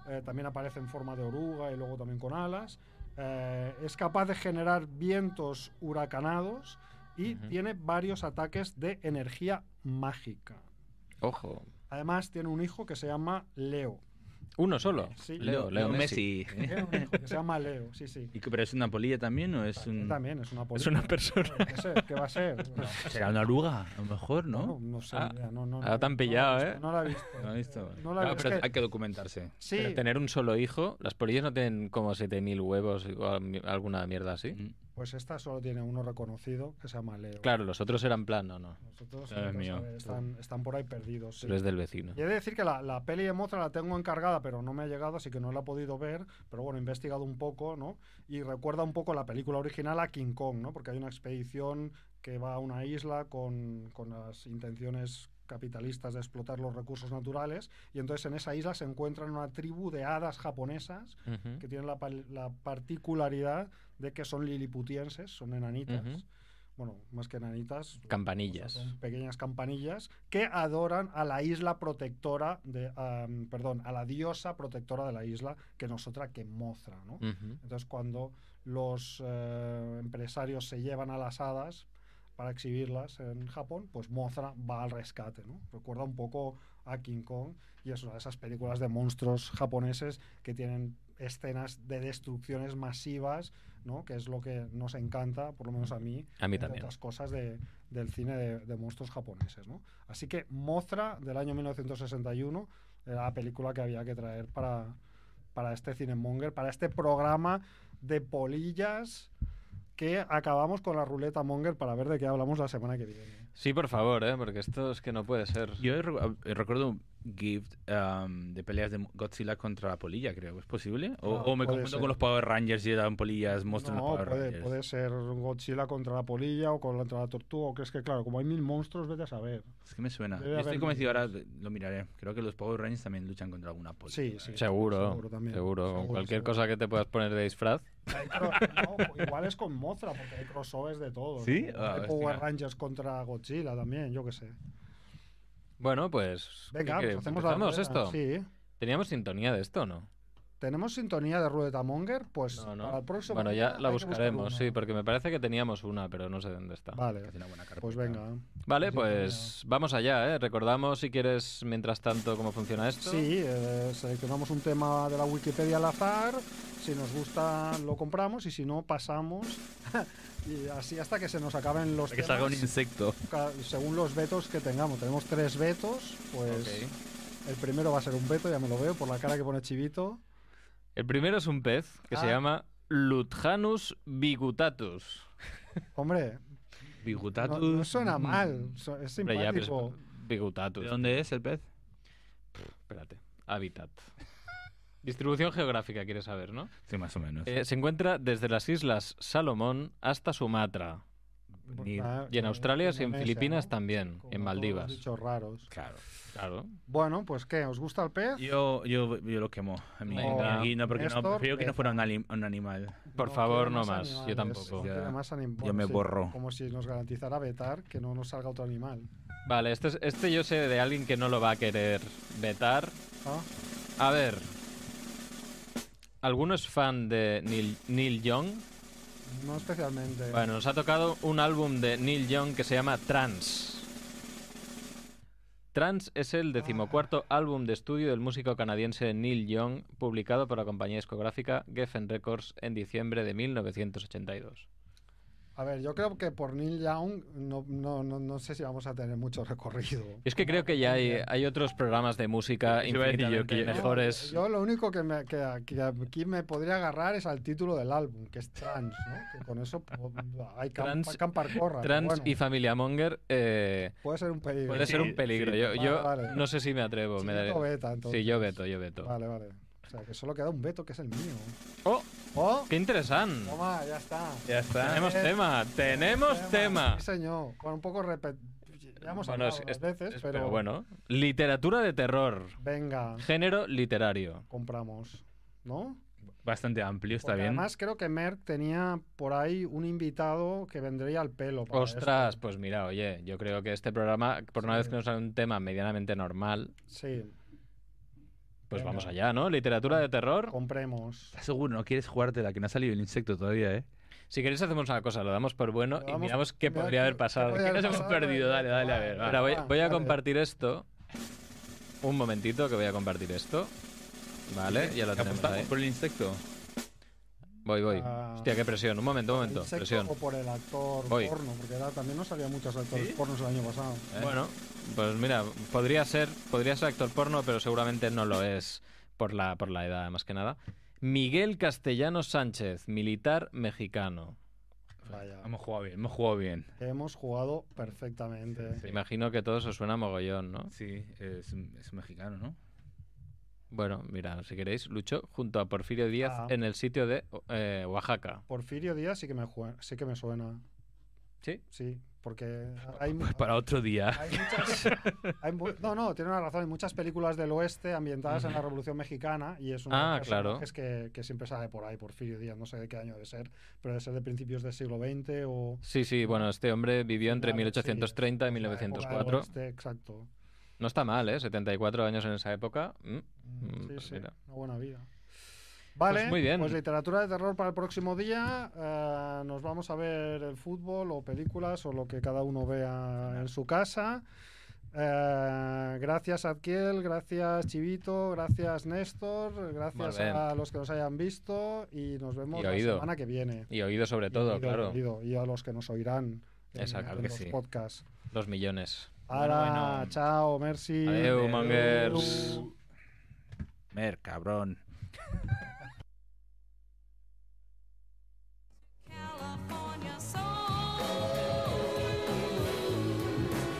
Speaker 1: eh, también aparece en forma de oruga y luego también con alas, eh, es capaz de generar vientos huracanados y
Speaker 2: Ujú.
Speaker 1: tiene varios ataques de energía mágica.
Speaker 2: Ojo.
Speaker 1: Además tiene un hijo que se llama Leo.
Speaker 2: Uno solo.
Speaker 1: Sí.
Speaker 2: Leo, Leo Messi.
Speaker 1: Tiene un hijo que se llama Leo, sí, sí.
Speaker 3: ¿Y que- ¿Pero es una polilla también o es un.?
Speaker 1: También es una
Speaker 2: Es
Speaker 1: polilla.
Speaker 2: una persona.
Speaker 1: ¿Qué sé? ¿Qué va a ser?
Speaker 3: Será una oruga, a lo mejor,
Speaker 1: No,
Speaker 3: ¿no?
Speaker 1: no sé,
Speaker 2: Ah,
Speaker 1: mira, no, no.
Speaker 2: ahora
Speaker 1: no,
Speaker 2: te han
Speaker 1: no
Speaker 2: pillado,
Speaker 1: la he
Speaker 2: ¿eh?
Speaker 1: visto, No la he visto.
Speaker 3: No, visto.
Speaker 1: No la he
Speaker 3: Ah,
Speaker 1: visto.
Speaker 3: pero
Speaker 1: Es que-
Speaker 3: hay que documentarse.
Speaker 1: Sí,
Speaker 2: Pero tener un solo hijo, las polillas no tienen como 7.000 huevos o a- alguna mierda así.
Speaker 3: Mm.
Speaker 1: pues esta solo tiene uno reconocido que se llama Leo.
Speaker 2: Claro, los otros eran plan, no, no.
Speaker 1: Nosotros no
Speaker 3: Dios mío.
Speaker 1: sabe, están, están por ahí perdidos. sí.
Speaker 2: Eso es del vecino.
Speaker 1: Y he de decir que la, la peli de Mozart la tengo encargada, pero no me ha llegado, así que no la he podido ver. Pero bueno, he investigado un poco, ¿no? Y recuerda un poco la película original a King Kong, ¿no? Porque hay una expedición que va a una isla con, con las intenciones capitalistas de explotar los recursos naturales. Y entonces en esa isla se encuentran una tribu de hadas japonesas
Speaker 2: Ujú.
Speaker 1: que tienen la, pal- la particularidad de que son liliputienses, son enanitas.
Speaker 2: Ujú.
Speaker 1: Bueno, más que enanitas. o
Speaker 2: Campanillas.
Speaker 1: sea, son Pues pequeñas campanillas que adoran a la isla protectora, de, am, perdón, a la diosa protectora de la isla, que no es otra que Mozra, ¿no?
Speaker 2: Ujú.
Speaker 1: Entonces, cuando los eh, empresarios se llevan a las hadas para exhibirlas en Japón, pues Mozra va al rescate, ¿no? Recuerda un poco a King Kong y es una de esas películas de monstruos japoneses que tienen escenas de destrucciones masivas, ¿no? Que es lo que nos encanta, por lo menos a mí,
Speaker 2: A mí
Speaker 1: entre
Speaker 2: también.
Speaker 1: otras cosas de- del cine de, de monstruos japoneses, ¿no? Así que Mothra del año 1961 era la película que había que traer para, para este Cinemonger, para este programa de polillas que acabamos con la ruleta Monger para ver de qué hablamos la semana que viene.
Speaker 2: Sí, por favor, ¿eh? porque esto es que no puede ser.
Speaker 3: Yo re- eh, recuerdo un gift um, de peleas de Godzilla contra la polilla, creo. ¿Es posible? O,
Speaker 1: Ah,
Speaker 3: o me
Speaker 1: puede
Speaker 3: confundo
Speaker 1: ser.
Speaker 3: con los Power Rangers y eran polillas, monstruos en
Speaker 1: No,
Speaker 3: los Power
Speaker 1: puede,
Speaker 3: Rangers.
Speaker 1: puede ser Godzilla contra la polilla o contra la tortuga, o crees que, claro, como hay mil monstruos, vete a saber.
Speaker 3: Es que me suena.
Speaker 1: Debe
Speaker 3: Yo estoy
Speaker 1: haber
Speaker 3: convencido ahora, de- lo miraré. Creo que los Power Rangers también luchan contra alguna polilla. ¿eh?
Speaker 1: Sí, sí.
Speaker 2: Seguro,
Speaker 1: Seguro
Speaker 2: seguro,
Speaker 1: también,
Speaker 2: con
Speaker 1: seguro,
Speaker 2: cualquier
Speaker 1: seguro.
Speaker 2: cosa que te puedas poner de disfraz.
Speaker 1: Hay cro- no, igual es con Mothra, porque hay crossovers de todo.
Speaker 3: ¿Sí?
Speaker 1: Hay
Speaker 3: Ah,
Speaker 1: Power
Speaker 3: hostia.
Speaker 1: Rangers contra Godzilla también, yo qué sé.
Speaker 2: Bueno, pues. ¿qué
Speaker 1: Venga, pues
Speaker 2: queréis?
Speaker 1: hacemos la
Speaker 2: ¿Empezamos
Speaker 1: ruleta.
Speaker 2: esto?
Speaker 1: Sí.
Speaker 2: Teníamos sintonía de esto, ¿no?
Speaker 1: ¿Tenemos sintonía de Ruleta Monger? Pues
Speaker 2: No, no.
Speaker 1: para el próximo.
Speaker 2: Bueno, ya
Speaker 1: día
Speaker 2: la
Speaker 1: hay que buscar
Speaker 2: buscaremos,
Speaker 1: una.
Speaker 2: sí, porque me parece que teníamos una, pero no sé dónde está.
Speaker 1: Vale,
Speaker 3: Hace una buena carpeta.
Speaker 1: pues venga.
Speaker 2: Vale,
Speaker 1: Sí,
Speaker 2: pues vamos allá, ¿eh? Recordamos, si quieres, mientras tanto, cómo funciona esto.
Speaker 1: Sí, eh, seleccionamos un tema de la Wikipedia al azar. Si nos gusta, lo compramos y si no, pasamos. y así hasta que se nos acaben los.
Speaker 3: Que salga un
Speaker 1: temas,
Speaker 3: insecto.
Speaker 1: ca- según los vetos que tengamos. Tenemos tres vetos, pues el primero va a ser un veto, ya me lo veo por la cara que pone Chivito.
Speaker 2: El primero es un pez que se
Speaker 1: Ah.
Speaker 2: llama Lutjanus bigutatus.
Speaker 1: Hombre, no,
Speaker 3: Bigutatus.
Speaker 1: no suena
Speaker 3: Mm.
Speaker 1: mal, su- es
Speaker 2: Hombre, ya, pero es-
Speaker 1: simpático.
Speaker 2: bigutatus.
Speaker 3: ¿De dónde es el pez?
Speaker 2: Espérate. Hábitat. Distribución geográfica, quieres saber, ¿no?
Speaker 3: Sí, más o menos.
Speaker 2: Eh, se encuentra desde las islas Salomón hasta Sumatra.
Speaker 3: Ni-
Speaker 1: Ah,
Speaker 2: Y en Australia y en
Speaker 1: Indonesia,
Speaker 2: Filipinas
Speaker 1: ¿no?
Speaker 2: también,
Speaker 1: Como
Speaker 2: en
Speaker 1: todos
Speaker 2: Maldivas.
Speaker 1: los bichos raros.
Speaker 3: Claro.
Speaker 2: Claro.
Speaker 1: Bueno, pues ¿qué? ¿Os gusta el pez?
Speaker 3: Yo, yo, yo lo quemo. A mí,
Speaker 2: Venga.
Speaker 3: aquí no, porque no,
Speaker 1: Néstor, eh,
Speaker 3: prefiero que no
Speaker 1: venga.
Speaker 3: fuera un, ali- un animal.
Speaker 2: Por favor,
Speaker 1: quiere
Speaker 2: no más. Yo
Speaker 1: animales,
Speaker 2: tampoco.
Speaker 1: no quiere
Speaker 3: Ya-
Speaker 1: más anim-
Speaker 3: ya
Speaker 1: bueno,
Speaker 3: me borro.
Speaker 1: Como si nos garantizara vetar que no nos salga otro animal.
Speaker 2: Vale, este, es- este yo sé de alguien que no lo va a querer vetar.
Speaker 1: Ah,
Speaker 2: A ver. ¿Alguno es fan de Neil, Neil Young?
Speaker 1: No especialmente.
Speaker 2: Bueno, nos ha tocado un álbum de Neil Young que se llama Trans. Trans es el decimocuarto álbum de estudio del músico canadiense Neil Young, publicado por la compañía discográfica Geffen Records en diciembre de 1982.
Speaker 1: A ver, yo creo que por Neil Young no, no, no, no sé si vamos a tener mucho recorrido.
Speaker 2: Es que creo que ya hay, hay otros programas de música
Speaker 3: Eso iba a decir yo,
Speaker 2: infinitamente
Speaker 3: que-
Speaker 1: No,
Speaker 2: mejores.
Speaker 1: Yo lo único que, me, que a- que aquí me podría agarrar es al título del álbum, que es Trans, ¿no? Que con eso po- hay
Speaker 2: Trans-
Speaker 1: camp- campar corra. pero
Speaker 2: Trans
Speaker 1: bueno,
Speaker 2: y Familia Monger eh,
Speaker 1: puede ser un peligro.
Speaker 2: puede ser
Speaker 3: sí,
Speaker 2: un peligro.
Speaker 3: sí.
Speaker 2: Yo, yo
Speaker 1: Vale, vale.
Speaker 2: no sé si me atrevo. Pues me daré-
Speaker 1: Chiquito beta, entonces.
Speaker 2: Sí, yo veto, yo veto.
Speaker 1: Vale, vale. O sea, que solo queda un veto, que es el mío.
Speaker 2: ¡Oh!
Speaker 1: ¡Oh!
Speaker 2: ¡Qué interesante!
Speaker 1: Toma, ya está.
Speaker 3: Ya está.
Speaker 2: Tenemos tema, tenemos tema.
Speaker 1: Sí, señor. Con un poco repet... Ya hemos
Speaker 2: Bueno,
Speaker 1: hablado otras
Speaker 2: es- es-
Speaker 1: veces,
Speaker 2: es-
Speaker 1: pero...
Speaker 2: bueno, literatura de terror,
Speaker 1: Venga,
Speaker 2: género literario.
Speaker 1: compramos. ¿No?
Speaker 3: Bastante amplio, está
Speaker 1: Porque
Speaker 3: bien.
Speaker 1: Además, creo que Merck tenía por ahí un invitado que vendría al pelo. para
Speaker 2: Ostras,
Speaker 1: esto.
Speaker 2: pues mira, oye, yo creo que este programa, por una
Speaker 1: Sí.
Speaker 2: vez que nos sale un tema medianamente normal,
Speaker 1: Sí,
Speaker 2: pues
Speaker 1: Venga.
Speaker 2: vamos allá, ¿no? Literatura de terror.
Speaker 1: compremos.
Speaker 3: ¿Estás seguro? ¿No quieres jugarte la que no ha salido el insecto todavía, eh?
Speaker 2: Si queréis hacemos una cosa, lo damos por bueno
Speaker 1: Lo
Speaker 2: y
Speaker 1: damos-
Speaker 2: miramos qué
Speaker 1: mira,
Speaker 2: podría haber
Speaker 1: qué
Speaker 2: pasado.
Speaker 1: podría haber
Speaker 2: Nos hemos
Speaker 1: pasado,
Speaker 2: perdido,
Speaker 1: eh,
Speaker 2: dale, dale, a
Speaker 1: vale,
Speaker 2: ver.
Speaker 1: vale,
Speaker 2: Ahora voy,
Speaker 1: va,
Speaker 2: voy a
Speaker 1: vale.
Speaker 2: compartir esto. Un momentito que voy a compartir esto. Vale, ya lo tenemos
Speaker 3: ¿Apostamos
Speaker 2: ahí.
Speaker 3: por el insecto?
Speaker 2: Voy, voy.
Speaker 1: Ah.
Speaker 2: Hostia, qué presión. Un momento, un momento.
Speaker 1: El sexo
Speaker 2: Presión.
Speaker 1: O por el actor
Speaker 2: Voy.
Speaker 1: porno, porque era- también nos salían muchos actores pornos el año pasado.
Speaker 2: Bueno, pues mira, podría ser, podría ser actor porno, pero seguramente no lo es por la, por la edad, más que nada. Miguel Castellano Sánchez, militar mexicano.
Speaker 1: Vaya.
Speaker 3: Hemos jugado bien, hemos jugado bien.
Speaker 1: Hemos jugado perfectamente.
Speaker 3: Sí.
Speaker 2: Imagino que todo eso suena mogollón, ¿no?
Speaker 3: Sí, es, un- es un mexicano, ¿no?
Speaker 2: Bueno, mira, si queréis, luchó junto a Porfirio Díaz
Speaker 1: Ah.
Speaker 2: en el sitio de eh, Oaxaca.
Speaker 1: Porfirio Díaz sí que, me jue- sí que me suena.
Speaker 2: ¿Sí?
Speaker 1: Sí, porque hay, mu-
Speaker 3: Pues para otro día.
Speaker 1: hay muchas. hay mu- no, no, tiene una razón. Hay muchas películas del oeste ambientadas en la Revolución Mexicana y es uno
Speaker 2: Ah,
Speaker 1: de los
Speaker 2: claro.
Speaker 1: personajes que, que siempre sale por ahí, Porfirio Díaz. No sé de qué año debe ser, pero debe ser de principios del siglo XX o.
Speaker 2: Sí, sí, bueno, este hombre vivió entre
Speaker 1: Finales, Ah. sí. este
Speaker 2: 1830 y
Speaker 1: la época del
Speaker 2: 1904.
Speaker 1: oeste, exacto.
Speaker 2: No está mal, ¿eh? 74 años en esa época. Mm. Mm,
Speaker 1: Sí,
Speaker 2: pues
Speaker 1: sí,
Speaker 2: mira.
Speaker 1: una buena vida. Vale, pues,
Speaker 2: muy bien.
Speaker 1: literatura de terror para el próximo día. Eh, nos vamos a ver el fútbol o películas o lo que cada uno vea en su casa. Eh, gracias Adquiel, gracias Chivito, gracias Néstor, gracias
Speaker 2: Molt bé.
Speaker 1: a los que nos hayan visto y nos vemos
Speaker 2: I
Speaker 1: la
Speaker 2: oído.
Speaker 1: semana que viene.
Speaker 2: Y oído sobre todo,
Speaker 1: Y oído,
Speaker 2: claro.
Speaker 1: oído, y a los que nos oirán en,
Speaker 2: Exacto
Speaker 1: en
Speaker 2: que
Speaker 1: los
Speaker 3: sí.
Speaker 1: podcasts.
Speaker 2: Los millones.
Speaker 1: Ahora,
Speaker 3: bueno.
Speaker 1: chao, merci.
Speaker 2: Adeu, mongers.
Speaker 3: Mer, cabrón.